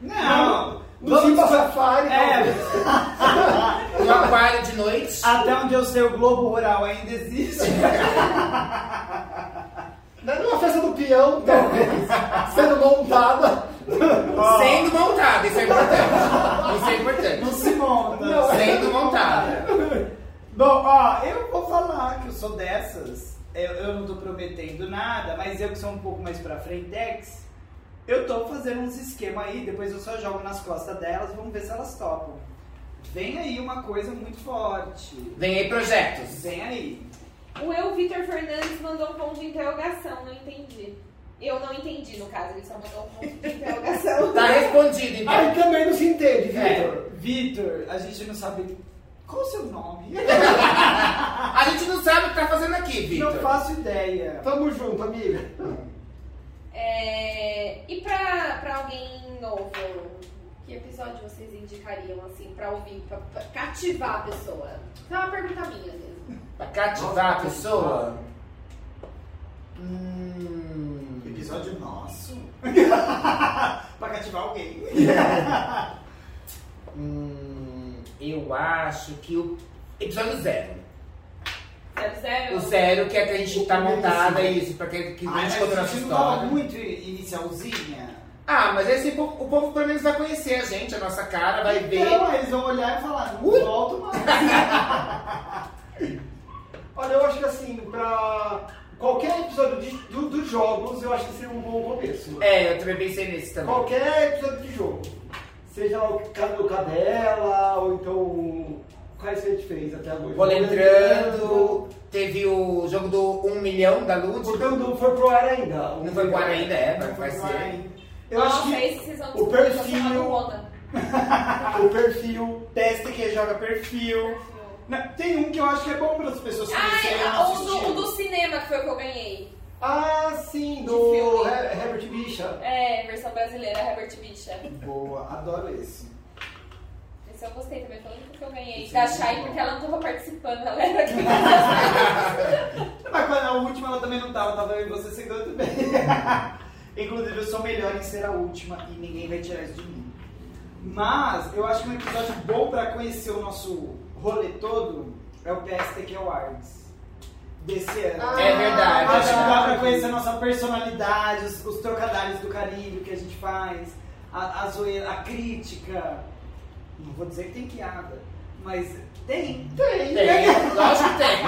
S5: Não!
S4: No Simba Safari.
S5: É,
S4: não.
S2: No Um aquário de noite.
S5: até onde eu sei, o Globo Rural ainda existe.
S4: Né, Numa festa do peão, talvez. Sendo montada. Ah.
S2: Sendo montada, isso é importante. Isso é
S5: Não
S2: importante.
S5: se monta.
S4: Não. é.
S2: Sendo montada.
S5: Bom, ó, eu vou falar que eu sou dessas. Eu, eu não tô prometendo nada, mas eu que sou um pouco mais pra frentex, eu tô fazendo uns esquema aí, depois eu só jogo nas costas delas, vamos ver se elas topam. Vem aí uma coisa muito forte.
S2: Vem aí projetos.
S5: Vem aí.
S3: O eu, Vitor Fernandes, mandou um ponto de interrogação, não entendi. Eu não entendi, no caso, ele só mandou um ponto de interrogação.
S2: Tá respondido, então.
S4: Aí também não se entende, Vitor.
S5: É, Vitor, a gente não sabe qual o seu nome.
S2: A gente não sabe o que tá fazendo aqui, Vitor.
S5: Não faço ideia.
S4: Tamo junto, amigo.
S3: É, e pra, pra alguém novo, que episódio vocês indicariam, assim, pra ouvir, pra, pra cativar a pessoa? Isso é uma pergunta minha mesmo.
S2: Pra cativar a pessoa. Hum.
S5: Episódio <laughs> nosso. pra cativar alguém.
S2: Hum. Eu acho que o. Episódio zero.
S3: Zero, zero.
S2: O zero que é que a gente tá montada, é isso, pra quem que
S5: Ai,
S2: a
S5: mas
S2: gente contou
S5: a
S2: nossa
S5: gente não Ah, tava
S2: história.
S5: muito inicialzinha.
S2: Ah, mas esse, po- o povo pelo menos vai conhecer a gente, a nossa cara, vai ver.
S5: Então, eles vão olhar e falar, não
S2: Ui.
S5: volto mais.
S4: Olha, eu acho que assim, pra qualquer episódio de, do- dos jogos, eu acho que seria um bom começo.
S2: É, eu também pensei nesse também.
S4: Qualquer episódio de jogo. Seja lá o ca- o Cadela, ou então. Quais que a gente fez até agora?
S2: Boletrando, teve o jogo do 1 um milhão da Lud.
S5: Então,
S4: Portanto, não foi pro ar ainda.
S2: Não foi embora ainda, é, mas vai
S5: Vai.
S2: ser.
S4: Eu acho
S3: Nossa,
S4: que
S3: esse vocês vão
S4: o
S3: descobrir, eu
S4: perfil-
S3: chamo do Ronan. é.
S4: o perfil.
S5: Testa que joga perfil. Não, tem um que eu acho que é bom para as pessoas conhecerem o
S3: Ah, é, o
S5: nosso
S3: do, o
S5: estilo.
S3: do cinema que foi o que eu ganhei.
S4: Ah, sim,
S3: De
S4: do
S3: filme.
S4: He- Herbert Bicha.
S3: É, versão brasileira, Herbert Bicha.
S5: Boa, adoro esse.
S3: Esse eu gostei também, foi o único que eu ganhei.
S5: Esse
S3: da
S5: é muito
S3: Shai,
S5: bom.
S3: porque ela não tava participando, ela <laughs> era aqui.
S5: Mas quando a última ela também não tava, tava eu e você sendo muito bem. <laughs> Inclusive, eu sou melhor em ser a última e ninguém vai tirar isso de mim. Mas eu acho que um episódio bom para conhecer o nosso rolê todo É o PSTQ Awards. Desse ano.
S2: É verdade.
S5: Acho que dá pra conhecer a nossa personalidade, os, os trocadilhos do carilho que a gente faz, a, a zoeira, a crítica. Não vou dizer que tem piada, mas tem.
S4: Tem,
S2: Tem,
S4: tem.
S2: lógico que tem.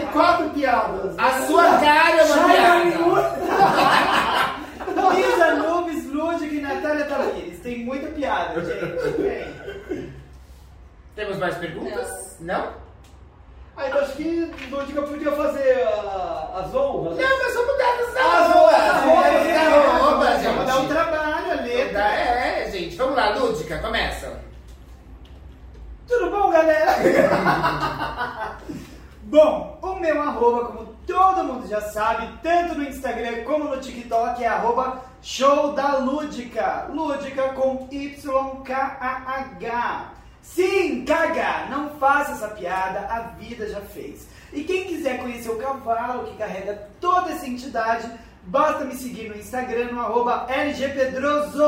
S4: Tem quatro
S3: Ah,
S4: piadas.
S2: A sua cara é uma piada.
S5: piada. Lisa Nubes, Ludic e Natália Tamires. Tem muita piada, gente. Tem.
S2: Temos mais perguntas? Não?
S4: Ah, então acho que Lúdica podia fazer ah, as honras.
S2: Não, mas vamos dar as
S5: Ah,
S4: As
S2: arrobas.
S5: Tá
S4: arrobas, é,
S2: Vamos dar
S4: é,
S2: arroba,
S4: é,
S5: Vamos dar um
S2: tá gente.
S5: trabalho, a
S2: Vamos
S5: letra.
S2: dar- É, é, gente. Vamos lá, Lúdica, começa.
S5: Tudo bom, galera? <laughs> bom, o meu arroba, como todo mundo já sabe, tanto no Instagram como no TikTok, é arroba show da Lúdica. Lúdica com Y-K-A-H. Sim, caga! Não faça essa piada, a vida já fez. E quem quiser conhecer o cavalo que carrega toda essa entidade, basta me seguir no Instagram, no arroba LGPedroso.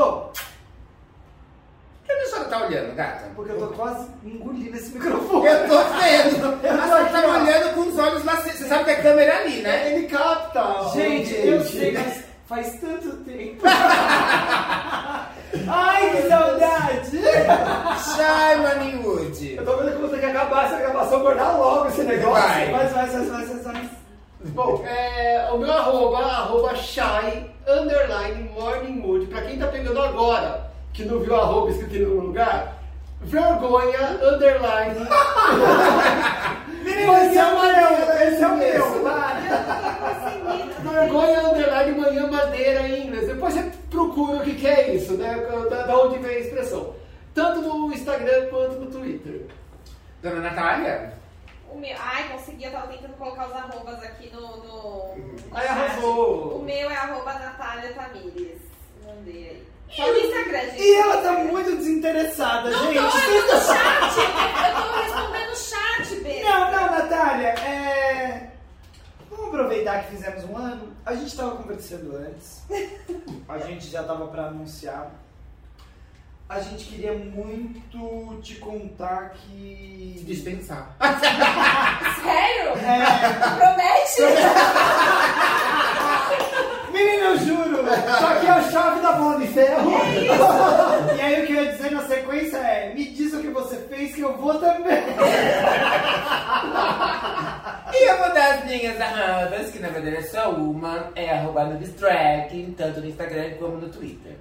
S2: Por que a senhora tá olhando, gata?
S5: Porque eu tô quase engolindo esse microfone.
S2: Eu tô vendo.
S5: Eu
S2: A
S5: tô
S2: senhora
S5: aqui,
S2: tá
S5: ó.
S2: olhando com os olhos lá. Você sabe que é câmera ali, né?
S4: Ele capta.
S5: Gente,
S4: gente.
S5: eu sei, mas faz tanto tempo. <laughs> Ai, que saudade!
S2: Shy Wood.
S4: Eu tô vendo que você quer acabar essa gravação, guardar logo esse negócio.
S2: Vai.
S5: Mas, mas, mas, mas, mas.
S7: Bom, é, o meu arroba, arroba shy, underline, morning mood. Pra quem tá pegando agora, que não viu o arroba escrito em algum lugar, vergonha,
S4: <laughs>
S7: underline.
S5: Menino, esse é o meu! Esse é o meu! Para!
S7: vergonha, underline, manhã, madeira em inglês. Depois você procura o que, que é isso, né? Da, da onde vem a expressão. Tanto no Instagram quanto no Twitter.
S2: Dona Natália?
S3: O meu. Ai, consegui, eu tava tentando colocar os arrobas aqui no. no,
S5: Uhum.
S3: no
S7: Aí
S3: chat.
S7: arrasou.
S3: O meu é arroba Natália Tamires. Mandei aí. Só no Instagram, gente.
S5: E ela tá muito desinteressada,
S3: Não,
S5: gente!
S3: não,
S5: Vocês
S3: eu tô no
S5: <laughs>
S3: chat! é Eu tô respondendo o chat, beijo!
S5: Não, não, Natália, é... Vamos aproveitar que fizemos um ano. A gente estava conversando antes. A gente já estava para anunciar. A gente queria muito te contar
S2: Se
S5: que.
S2: Dispensar.
S3: Sério?
S5: É...
S3: Promete?
S5: Menina, eu juro!
S4: Só que é a chave da bola de ferro.
S5: E aí o que eu ia dizer na sequência é: me diz o que você fez que eu vou também.
S2: E eu vou dar as minhas arrobas, que na verdade é só uma. É arroba Nubistrack, tanto no Instagram como no Twitter.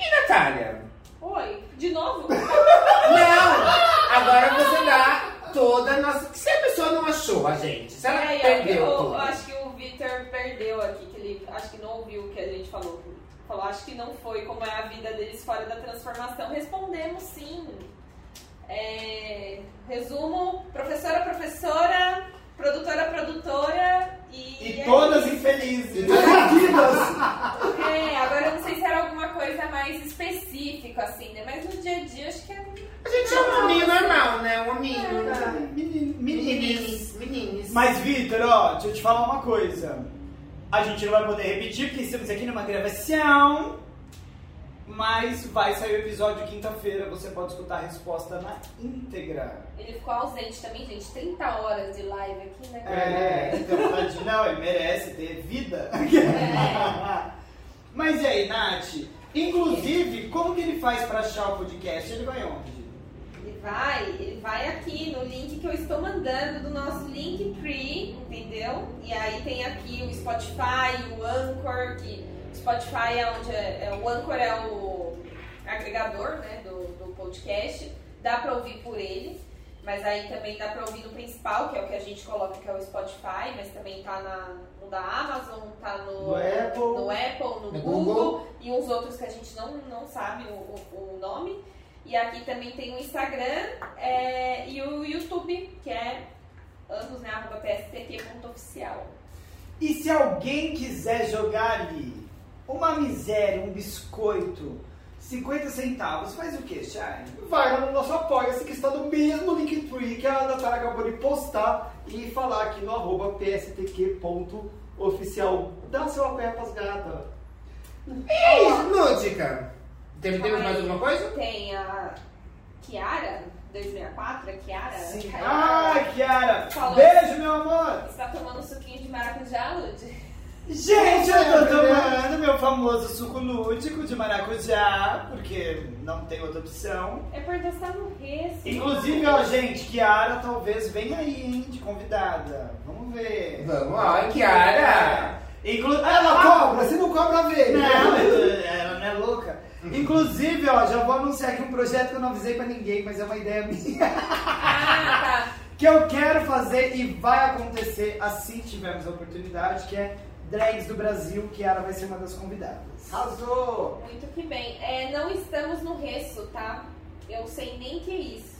S2: E Natália?
S3: Oi, de novo?
S2: Não! Agora você dá toda a nossa... Se a pessoa não achou a gente, se ela
S3: Peraí, ó,
S2: perdeu
S3: É, eu, eu
S2: tudo.
S3: acho que o Victor perdeu aqui, que ele acho que não ouviu o que a gente falou. Falou, acho que não foi como é a vida deles fora da transformação. Respondemos sim. É, resumo, professora, professora, produtora, produtora e.
S5: E
S3: é
S5: todas
S3: isso.
S5: infelizes.
S3: É, agora eu não sei se era alguma coisa mais específica, assim, né? Mas no dia a dia acho que é.
S2: A gente é um hominho normal, né? Um hominho.
S5: Meni- Meninas.
S2: meninos.
S5: Mas, Vitor, ó, deixa eu te falar uma coisa. A gente não vai poder repetir, porque estamos aqui numa gravação. Mas vai sair o episódio quinta-feira, você pode escutar a resposta na íntegra.
S3: Ele ficou ausente também, gente. 30 horas de live aqui, né?
S5: É, então, tadinho, não, ele merece ter vida. <laughs> Mas e aí, Nath? Inclusive, como que ele faz pra achar o podcast? Ele vai onde?
S3: Ele vai, ele vai aqui no link que eu estou mandando do nosso Linktree, entendeu? E aí tem aqui o Spotify, o Anchor, que o Spotify é onde é, é- o Anchor é o agregador, né, do, do podcast. Dá pra ouvir por ele, mas aí também dá pra ouvir no principal, que é o que a gente coloca, que é o Spotify, mas também tá na, no da Amazon, tá no,
S5: No Apple.
S3: no, Apple, no
S2: No
S3: Google,
S2: Google.
S3: e uns outros que a gente não, não sabe o- o- o nome. E aqui também tem o Instagram é, e o YouTube, que é ambos, né? Arroba pstq.oficial.
S5: E se alguém quiser jogar ali uma miséria, um biscoito, 50 centavos, faz o que, Chay?
S4: Vai lá no nosso apoia-se que está no mesmo Linktree que a Natália acabou de postar e falar aqui no arroba pstq.oficial. Dá seu apoio pras gatas.
S2: É isso, Lúdica. Teve, teve mais alguma coisa?
S3: Tem a Kiara 264, a Kiara?
S5: Sim.
S3: Kiara.
S5: Ai, Kiara!
S3: Falou.
S5: Beijo, meu amor!
S3: Está tomando suquinho de maracujá, Lud?
S5: Gente, eu tô tomando meu famoso suco lúdico de maracujá, porque não tem outra opção.
S3: É por dançar no resto.
S5: Inclusive, ó, gente, Kiara talvez venha aí, hein, de convidada. Vamos ver.
S2: Vamos, ai, Kiara!
S5: Inclu ela
S4: Cobra, se não cobra, vem.
S5: Não, ela não é louca. Inclusive, ó, já vou anunciar aqui um projeto que eu não avisei pra ninguém, mas é uma ideia <laughs> minha.
S3: Ah, tá.
S5: Que eu quero fazer e vai acontecer assim que tivermos a oportunidade, que é Drags do Brasil, que ela vai ser uma das convidadas. Arrasou!
S3: Muito que bem. É, não estamos no resso, tá? Eu sei nem que é isso.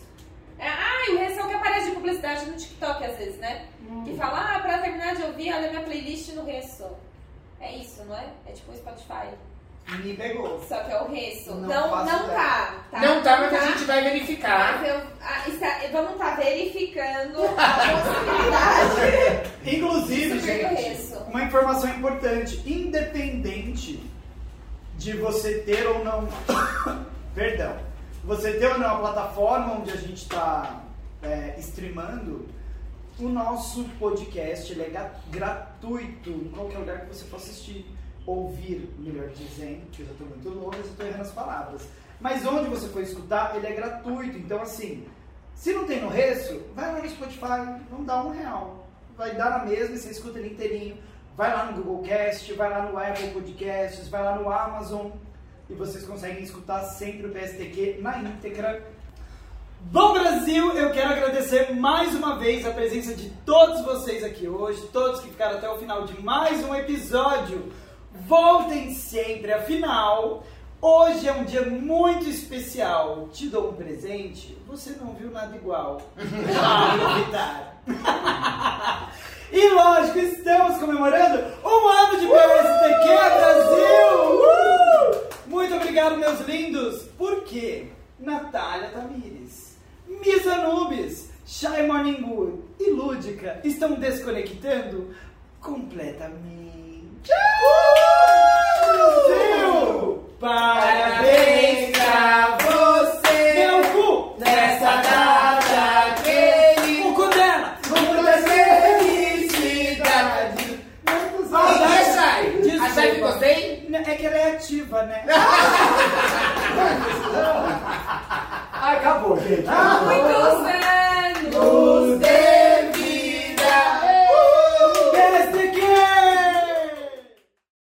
S3: É, ah, e o resso é o que aparece de publicidade no TikTok às vezes, né?
S5: Uhum.
S3: Que fala, ah, pra terminar de ouvir, olha minha playlist no resso. É isso, não é? É tipo o Spotify.
S5: Me pegou.
S3: Só que é o resso.
S5: Não
S3: Não, não,
S5: faço ideia.
S3: tá, tá.
S2: Não tá, mas
S3: Tá.
S2: a gente vai
S3: Ah,
S2: verificar.
S3: eu- ah, está- vamos estar verificando a possibilidade
S5: Inclusive,
S3: Super
S5: <laughs> gente,
S3: conheço.
S5: uma informação importante, independente de você ter ou não, <coughs> perdão, você ter ou não a plataforma onde a gente está é, streamando, o nosso podcast ele é gra- gratuito em qualquer lugar que você for assistir, ouvir, melhor dizendo, que eu já estou muito longe, eu estou errando as palavras. Mas onde você for escutar, ele é gratuito. Então, assim, se não tem no resto, vai lá no Spotify, não dá um real. Vai dar na mesma e você escuta ele inteirinho. Vai lá no Google Cast, vai lá no Apple Podcasts, vai lá no Amazon e vocês conseguem escutar sempre o PSTQ na íntegra. Bom Brasil, eu quero agradecer mais uma vez a presença de todos vocês aqui hoje, todos que ficaram até o final de mais um episódio. Voltem sempre, afinal, hoje é um dia muito especial. Te dou um presente, você não viu nada igual. Ah, novidade. <laughs> E lógico, estamos comemorando um ano de PSTQ Brasil! Uh! Muito obrigado, meus lindos! Por quê? Natália Tamires, Misa Nubes, Shy Morning Good e Lúdica estão desconectando completamente. Uh! Brasil! Parabéns pra você! Meu cu!
S2: Nessa data
S5: O cu dela!
S2: Vamos trazer felicidade. Vai, vai, Chay. A Chay ficou sem?
S5: É que ela é ativa, né?
S4: Acabou, gente.
S3: Muito